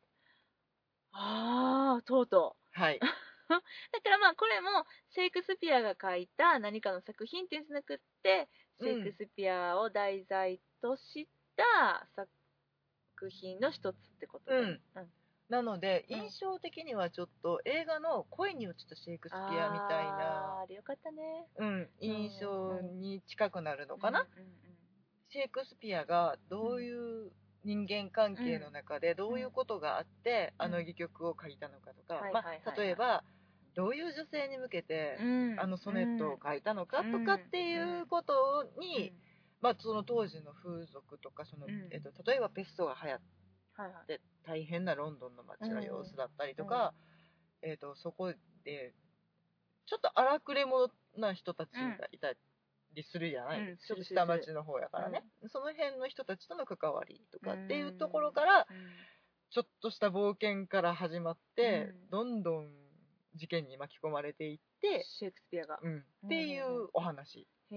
S1: ああとうと
S2: はい
S1: うだからまあこれもシェイクスピアが書いた何かの作品っていうんじゃなくってシェイクスピアを題材とした作品の一つってことだねうん
S2: なので
S1: うん
S2: 印象的にはちょっと映画の恋に落ちたシェイクスピアみたい
S1: あー
S2: な
S1: あれよかったね
S2: うん、印象に近くなるのかな、
S1: うんうん
S2: シェイクスピアがどういう人間関係の中でどういうことがあって、
S1: うん
S2: あの戯曲を書いたのかとか、
S1: はい
S2: ま
S1: はい
S2: あ
S1: はい、
S2: 例えばどういう女性に向けて
S1: う、んうん
S2: あのソネットを書いたのかとかっていうことに、
S1: うん
S2: まあ、その当時の風俗とかその、
S1: うん
S2: えっと、例えばペストが流行っ
S1: はいはい
S2: て大変なロンドンの街の様子だったりとか、えっと、そこでちょっと荒くれ者な人たちがいたりするじゃない、
S1: うん
S2: ちょっと下町の方やからね、その辺の人たちとの関わりとかっていうところからちょっとした冒険から始まって、
S1: うん
S2: どんどん事件に巻き込まれていって、
S1: シェイクスピアが
S2: うん、っていうお話。
S1: へ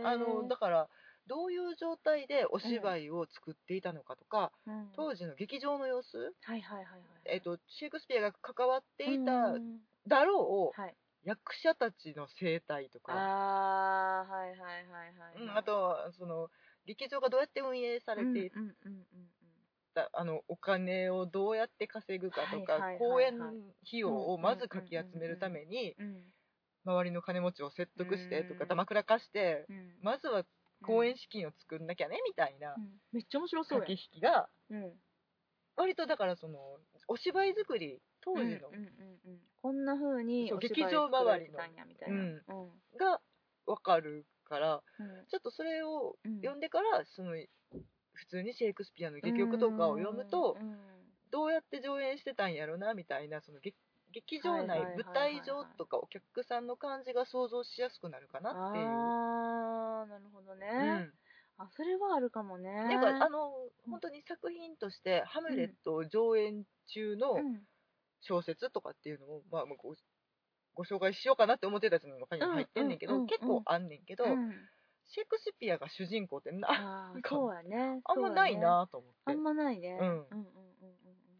S1: え
S2: あのだからどういう状態でお芝居を作っていたのかとか、
S1: うん
S2: 当時の劇場の様子、
S1: はいはいはいはい
S2: えっとシェイクスピアが関わっていた
S1: うん
S2: だろう、
S1: はい
S2: 役者たちの生態とか
S1: あーはいはいはいはい
S2: うんあとはその劇場がどうやって運営されてい
S1: うんうんうんうんうん
S2: た、あのお金をどうやって稼ぐかとか、
S1: はいはいはいはい
S2: 公演費用をまずかき集めるために
S1: うん
S2: 周りの金持ちを説得してと
S1: う
S2: か
S1: ん
S2: だまくらかして
S1: うん
S2: まずは公演資金を作んなきゃねみたいな
S1: うんめっちゃ面白そう
S2: 駆
S1: や
S2: け引きが。
S1: うん
S2: 割とだからそのお芝居作り当時の
S1: うんうんうんうんこんな風に
S2: そう
S1: お芝居
S2: 劇場周りの
S1: 作られてたんやみたいな
S2: う
S1: うんん
S2: が分かるから
S1: うん
S2: ちょっとそれを
S1: うん
S2: 読んでからその普通にシェイクスピアの戯曲とかを読むと
S1: うんうん
S2: どうやって上演してたんやろなみたいなその劇劇場
S1: はい
S2: 内
S1: はいはいはい
S2: 舞台上とかお客さんの感じが想像しやすくなるかなっていう。
S1: ああなるほどね、
S2: うん、
S1: あそれはあるかもね
S2: なんかあの本当に作品として「ハムレット」を上演中の
S1: うん
S2: 小説とかっていうのも、まあ、まあごご紹介しようかなって思ってたやつの中にも入ってんねんけど、
S1: うんうんうん
S2: 結構あんねんけど、
S1: うん
S2: シェイクスピアが主人公ってな
S1: あ
S2: なん
S1: ー
S2: か
S1: そうやね
S2: あんまないなと思
S1: そうやね
S2: っ
S1: あ
S2: て、
S1: んまないね、う
S2: うん
S1: んうんうんうん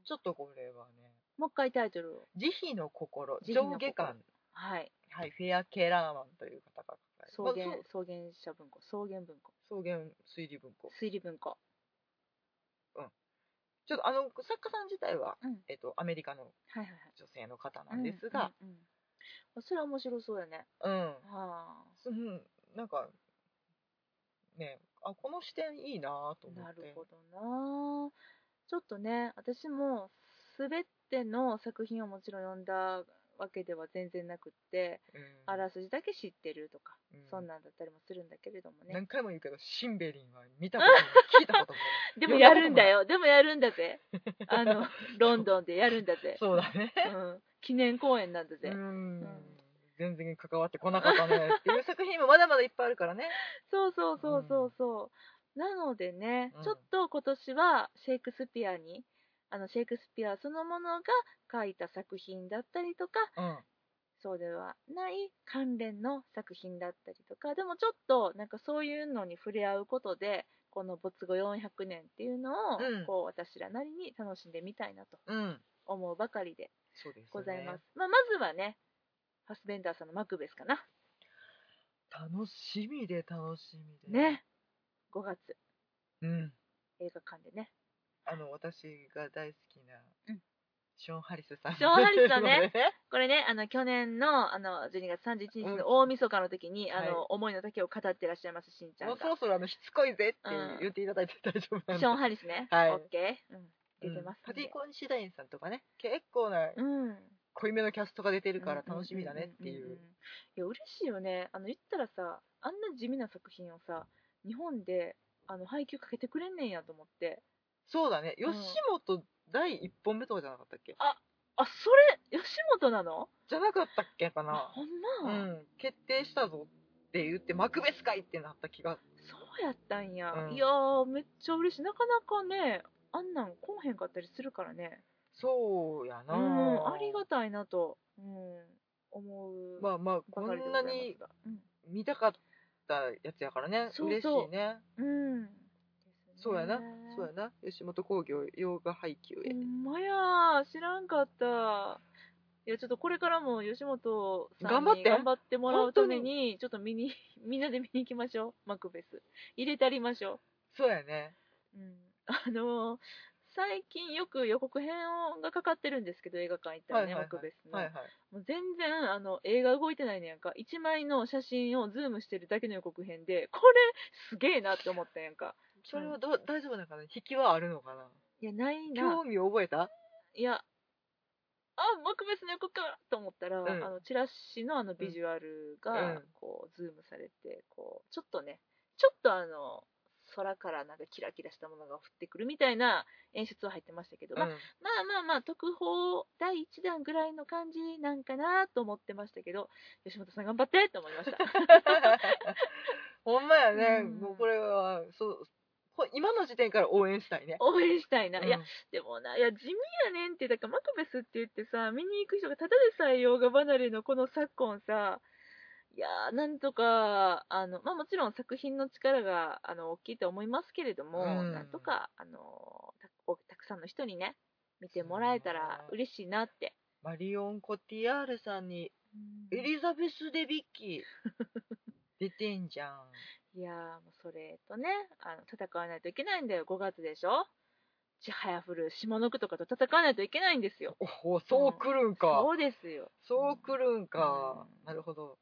S2: ちょっとこれはね
S1: もう一回タイトルを
S2: 「慈悲の心
S1: 慈悲の
S2: 上
S1: 心
S2: 下感
S1: はい」
S2: はい、フェア・ケラーマンという方が
S1: 草
S2: 書かれ
S1: 原
S2: まあ
S1: 草原者文庫草原文庫
S2: そう草原推理文庫
S1: 推理文庫
S2: ちょっとあの作家さん自体は、
S1: うん
S2: えっとアメリカの
S1: はいはい
S2: 女性の方な
S1: はい
S2: んですが、
S1: うんうんうんあそれは面白そうやね
S2: うん
S1: は
S2: そのなんかねあこの視点いいなと
S1: あ
S2: 思
S1: な
S2: って
S1: るほどなちょっとね私も全ての作品をもちろん読んだわけでは全然なくって
S2: うん
S1: あらすじだけ知ってるとか、
S2: うん
S1: そんなんだったりもするんだけれどもね
S2: 何回も言うけどシンベリンは見たことない聞い たことも
S1: でもやるんだよ。でもやるんだ ぜ。あの、ロンドンでやるんだぜ。
S2: そうだね
S1: うん。記念公演なんだ
S2: う
S1: ぜ。
S2: ん
S1: うん
S2: 全然関わってこなかったねっていう作品もまだまだいっぱいあるからね
S1: そうそうそうそうそう。なのでね、
S2: うん
S1: ちょっと今年はシェイクスピアに、あの、シェイクスピアそのものが書いた作品だったりとか、
S2: うん
S1: そうではない関連の作品だったりとか、でもちょっとなんかそういうのに触れ合うことで、この没後400年っていうのを、
S2: うん
S1: こう私らなりに楽しんでみたいなと
S2: うん
S1: 思うばかりで
S2: そうですね
S1: ございます。まあ、まずはね、ファスベンダーさんのマクベスかな。
S2: 楽しみで楽しみで
S1: ね。5月、
S2: うん
S1: 映画館でね。
S2: あの私が大好きな
S1: うん
S2: ショーン・ハリスさん。
S1: ショーンハリスさん ね。これね、あの去年のあの12月31日の大晦日の時に、あ
S2: は
S1: の思いの丈を語ってらっしゃいますしんちゃん
S2: も
S1: が。
S2: うそろそろあのしつこいぜって
S1: うん
S2: 言っていただいて大丈夫なんで。
S1: ショーン・ハリスね。
S2: はい
S1: オッケー。うん。出てます
S2: うんパ
S1: ん
S2: ティ・
S1: で。
S2: コンシダインさんとかね、結構な
S1: うん。
S2: 濃いめのキャストが出てるから楽しみだねってい
S1: んんん。
S2: うん
S1: いや、嬉しいよね。あの、言ったらさ、あんな地味な作品をさ、日本で、あの、配給かけてくれんねんやと思って。
S2: そうだね、
S1: うん
S2: 吉本第1本目とかじゃなかったっけ
S1: あ、それ、吉本なの
S2: じゃなかったっけか
S1: あ
S2: な。
S1: ほん
S2: う
S1: ま、
S2: ん、決定したぞって言って、マクベスかいってなった気が。
S1: そうやったんや。
S2: うん
S1: いやー、めっちゃ嬉しい。なかなかね、あんなんこんへんかったりするからね。
S2: そうやな
S1: うん、ありがたいなと、うん、思う
S2: まあまあ、こ
S1: ばかりで
S2: ん
S1: ござ
S2: ない
S1: ます
S2: に
S1: がうん
S2: 見たかったやつやからね、
S1: そうそう
S2: 嬉しいね。
S1: うんですね
S2: そうやな、そうやな、吉本興業洋画配給へ
S1: ほ。んまや知らんかったいやちょっとこれからも吉本さん
S2: 頑張っ
S1: に
S2: て
S1: 頑張ってもらうためにちょっと見に みんなで見に行きましょうマクベス入れたりましょ
S2: そうやね。
S1: う、うん、あのー最近よく予告編がかかってるんですけど映画館行ったらね、
S2: はいはいはい
S1: マクベスの、
S2: はいはい。
S1: もう全然あの映画動いてないねやんか1枚の写真をズームしてるだけの予告編でこれすげえなって思ったやんか
S2: それはどう大丈夫なのかな引きはあるのかない
S1: やないな
S2: 興味を覚えた
S1: いやあ幕別の予告かと思ったら、
S2: ん
S1: あのチラシのあのビジュアル
S2: う
S1: が
S2: ん
S1: こうズームされてこうちょっとねちょっとあの空からなんかキラキラしたものが降ってくるみたいな演出は入ってましたけど、
S2: うん
S1: まあ、まあまあまあ特報第1弾ぐらいの感じなんかなと思ってましたけど吉本さん頑張ってって思いま した
S2: ほんまやね、
S1: うん
S2: もうこれはそうこ今の時点から応援したいね、
S1: 応援したいな、
S2: うん
S1: いやでもないや地味やねんってだからマクベスって言ってさ見に行く人がただでさえ洋画離れのこの昨今さいやーなんとかあの、まあ、もちろん作品の力があの大きいと思いますけれども、
S2: うん
S1: なんとかあのたおたくさんの人にね見てもらえたら嬉しいなって、
S2: マリオン・コティアールさんにエ
S1: い
S2: リザベス・デビッキー 出てんじゃん
S1: やーもうそれとねあの戦わないといけないんだよ5月でしょちはやふる下の句とかと戦わないといけないんですよ
S2: おおそうくるんか、
S1: そうですよ
S2: そうくるんか、
S1: うん
S2: なるほど
S1: はい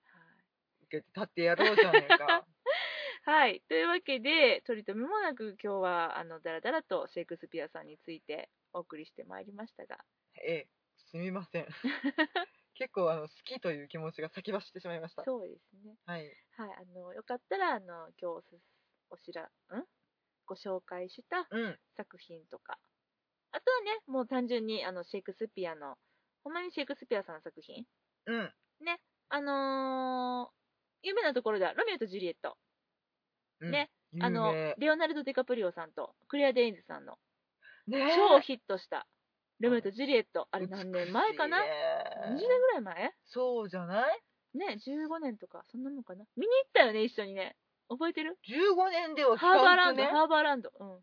S2: 受けて立ってやろうじゃねえか
S1: はい。というわけで、取り留めもなく今日は、あの、だらだらとシェイクスピアさんについてお送りしてまいりましたが、
S2: ええすみませ ん結構あの好きという気持ちが先走ってしまいました
S1: そうですね。
S2: はい
S1: はい。あの、よかったら、あの、今日おすおしら、んご紹介した
S2: うん
S1: 作品とか、あとはね、もう単純に、あの、シェイクスピアの、ほんまにシェイクスピアさんの作品、
S2: うん
S1: あのー有名なところでは、ロミオとジュリエット。
S2: うん
S1: ね
S2: 有名
S1: あの、レオナルド・ディカプリオさんと、クレア・デインズさんの、
S2: ねえ
S1: 超ヒットした、ロミオとジュリエット。あれ何年前かな
S2: 美し
S1: 20
S2: いね
S1: 年ぐらい前
S2: そうじゃない
S1: ね15年とかそんなもんかな見に行ったよね一緒にね覚えてる
S2: ?15 年ではス
S1: ハーバー
S2: カ
S1: ラ
S2: ン
S1: ン
S2: ク
S1: ド
S2: ね。
S1: ハーバーランドうん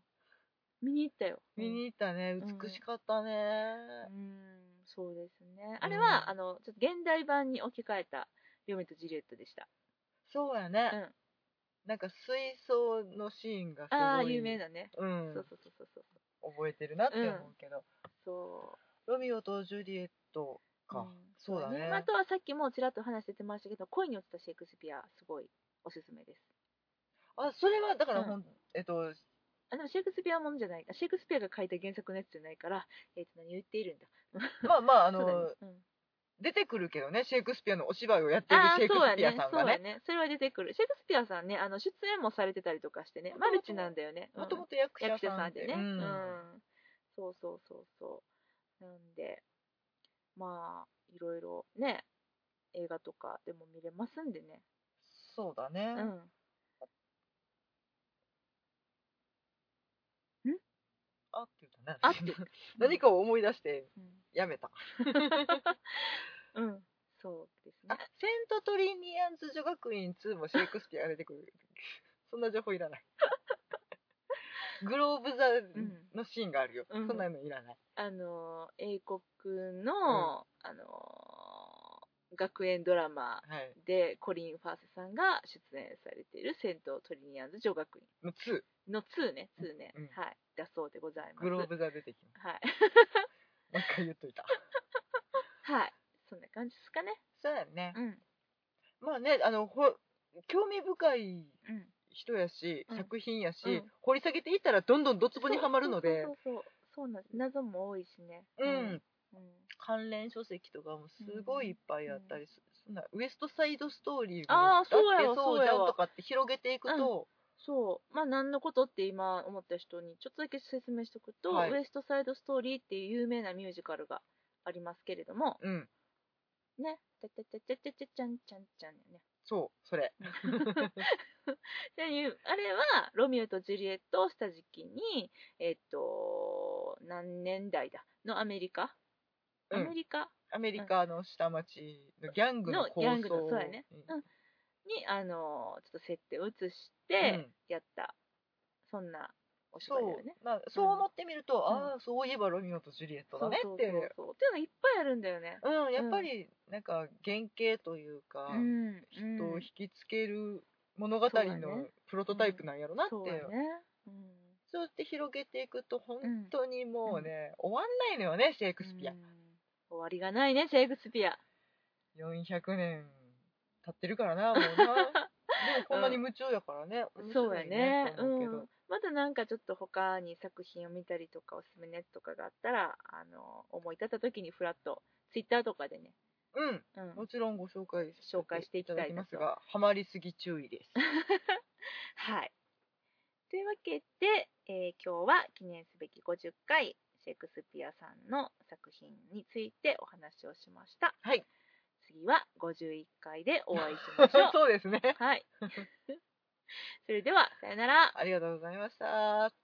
S1: 見に行ったよ
S2: 見に行ったね
S1: うん。
S2: 美しかったね。
S1: うんうんそうですねあれは、
S2: うん
S1: あのちょっと現代版に置き換えた「嫁とジュリエット」でした
S2: そうやね。なんか水槽のシーンがすごい。
S1: ああ有名だね、
S2: うん。
S1: そうそうそうそうそう
S2: 覚えてるなって思うけど。
S1: そ
S2: ロミオとジュリエット
S1: う、
S2: か。
S1: うん
S2: そうだね
S1: あとはさっきもちらっと話してましたけど恋に落ちたシェイクスピアすごいおすすめです
S2: あ、それはだから
S1: うん
S2: ほん、えっと、
S1: あでもシェイクスピアもんじゃないあシェイクスピアが書いた原作のやつじゃないから、えー、と何を言っているんだ
S2: まあまあ、あ
S1: そうだ
S2: の
S1: ね、うん
S2: 出てくるけどね、シェイクスピアのお芝居をやってる
S1: ああ
S2: シェイクスピアさん
S1: そう
S2: が
S1: やねそうや
S2: ね。
S1: ねそれは出てくるシェイクスピアさんねあの出演もされてたりとかしてねマルチなんだよね
S2: もとも
S1: と
S2: と役者
S1: 役者
S2: さ
S1: さ
S2: ん
S1: ん
S2: で
S1: でね、
S2: う
S1: うん
S2: ん
S1: そうそうそうそうなんでまあいろいろね映画とかでも見れますんでね
S2: そうだ
S1: う
S2: ね。
S1: ん
S2: あってたね。
S1: あってる
S2: 何かを思い出して
S1: うん
S2: やめた。
S1: うん、うんそうです
S2: あ
S1: ね、
S2: セントトリニアンズ女学院2もシェイクスピアが出てくる。そんな情報 いらない。グローブ・ザ
S1: ん
S2: のシーンがあるよ。
S1: うん
S2: そんなのいらない。
S1: あのー英国の、あのー学園ドラマ
S2: はい。
S1: でコリン・ファーセさんが出演されているセント・トリニアンズ女学院
S2: もう2、
S1: の2ね、2ね、
S2: うん
S1: はい、だそうでございます。
S2: グローブ・ザ出てきま
S1: はい。
S2: す。もう一回言っとい た。
S1: はい。そんな感じですかね。
S2: そうやね
S1: う。ん。
S2: まあね、あの、ほ興味深い
S1: うん。
S2: 人やし、
S1: うん
S2: 作品やし、
S1: うん
S2: 掘り下げていったらどんどんどつぼにはまるので
S1: そ、うそうそうそう。そうなんです。謎も多いしね。
S2: うん。
S1: うん。
S2: 関連書籍とかもすごいいっぱいあったりする、そんなウエストサイドストーリーも
S1: あーそうやわ
S2: だってそうじ
S1: そ
S2: ゃ
S1: うや
S2: ん
S1: わ
S2: とかって広げていくと、
S1: そう。まあ、何のことって今思った人にちょっとだけ説明しておくと、
S2: はい
S1: ウエストサイドストーリーっていう有名なミュージカルがありますけれども、
S2: うん、
S1: ね。ててててててちゃんちゃんちゃんやね。
S2: そう、それ。
S1: でいうあれは、ロミオとジュリエットをした時期に、えっと、何年代だのアメリカ、
S2: うん
S1: アメリカ
S2: アメリカの下町のギャングの構想
S1: のギャングのそうやね
S2: うん
S1: に、あの、ちょっと設定を移し
S2: う
S1: て
S2: ん
S1: やった、そんなお
S2: そ
S1: 芝居だよね。
S2: う、まあ、そう思ってみると、
S1: うん
S2: ああ、そういえばロミオとジュリエットだね
S1: そう
S2: っ
S1: そ
S2: て。
S1: うそうそうっていうのいっぱいあるんだよね。
S2: うん、やっぱりなんか原型というか、
S1: うん、
S2: 人を
S1: うん
S2: 引きつける物語
S1: そうだ
S2: の
S1: ね
S2: プロトタイプなんやろなって、
S1: そうやね。うん
S2: そうやって広げていくと本当にもうね、終わんないのよねシェイクスピア
S1: うん、終わりがないね、シェイクスピア。
S2: 400年経ってるからな もうなでもこんなに夢中やからね、面
S1: そう
S2: 白
S1: や
S2: いね
S1: ね。
S2: と
S1: う
S2: 思うけ
S1: ん
S2: ど、。
S1: またなんかちょっと他に作品を見たりとか、おすすめのやつとかがあったら、あの、思い立った時にフラッと、ツイッターとかでね、
S2: うん、
S1: うん、
S2: もちろんご紹介
S1: 紹介していきたいなと
S2: だきますが ハマりすぎ注意です
S1: はい。というわけで、えー今日は記念すべき50回シェイクスピアさんの作品についてお話をしました。
S2: はい
S1: 次は51回でお会いしましょ う。
S2: そうですね
S1: はい。それでは、さよなら。
S2: ありがとうございました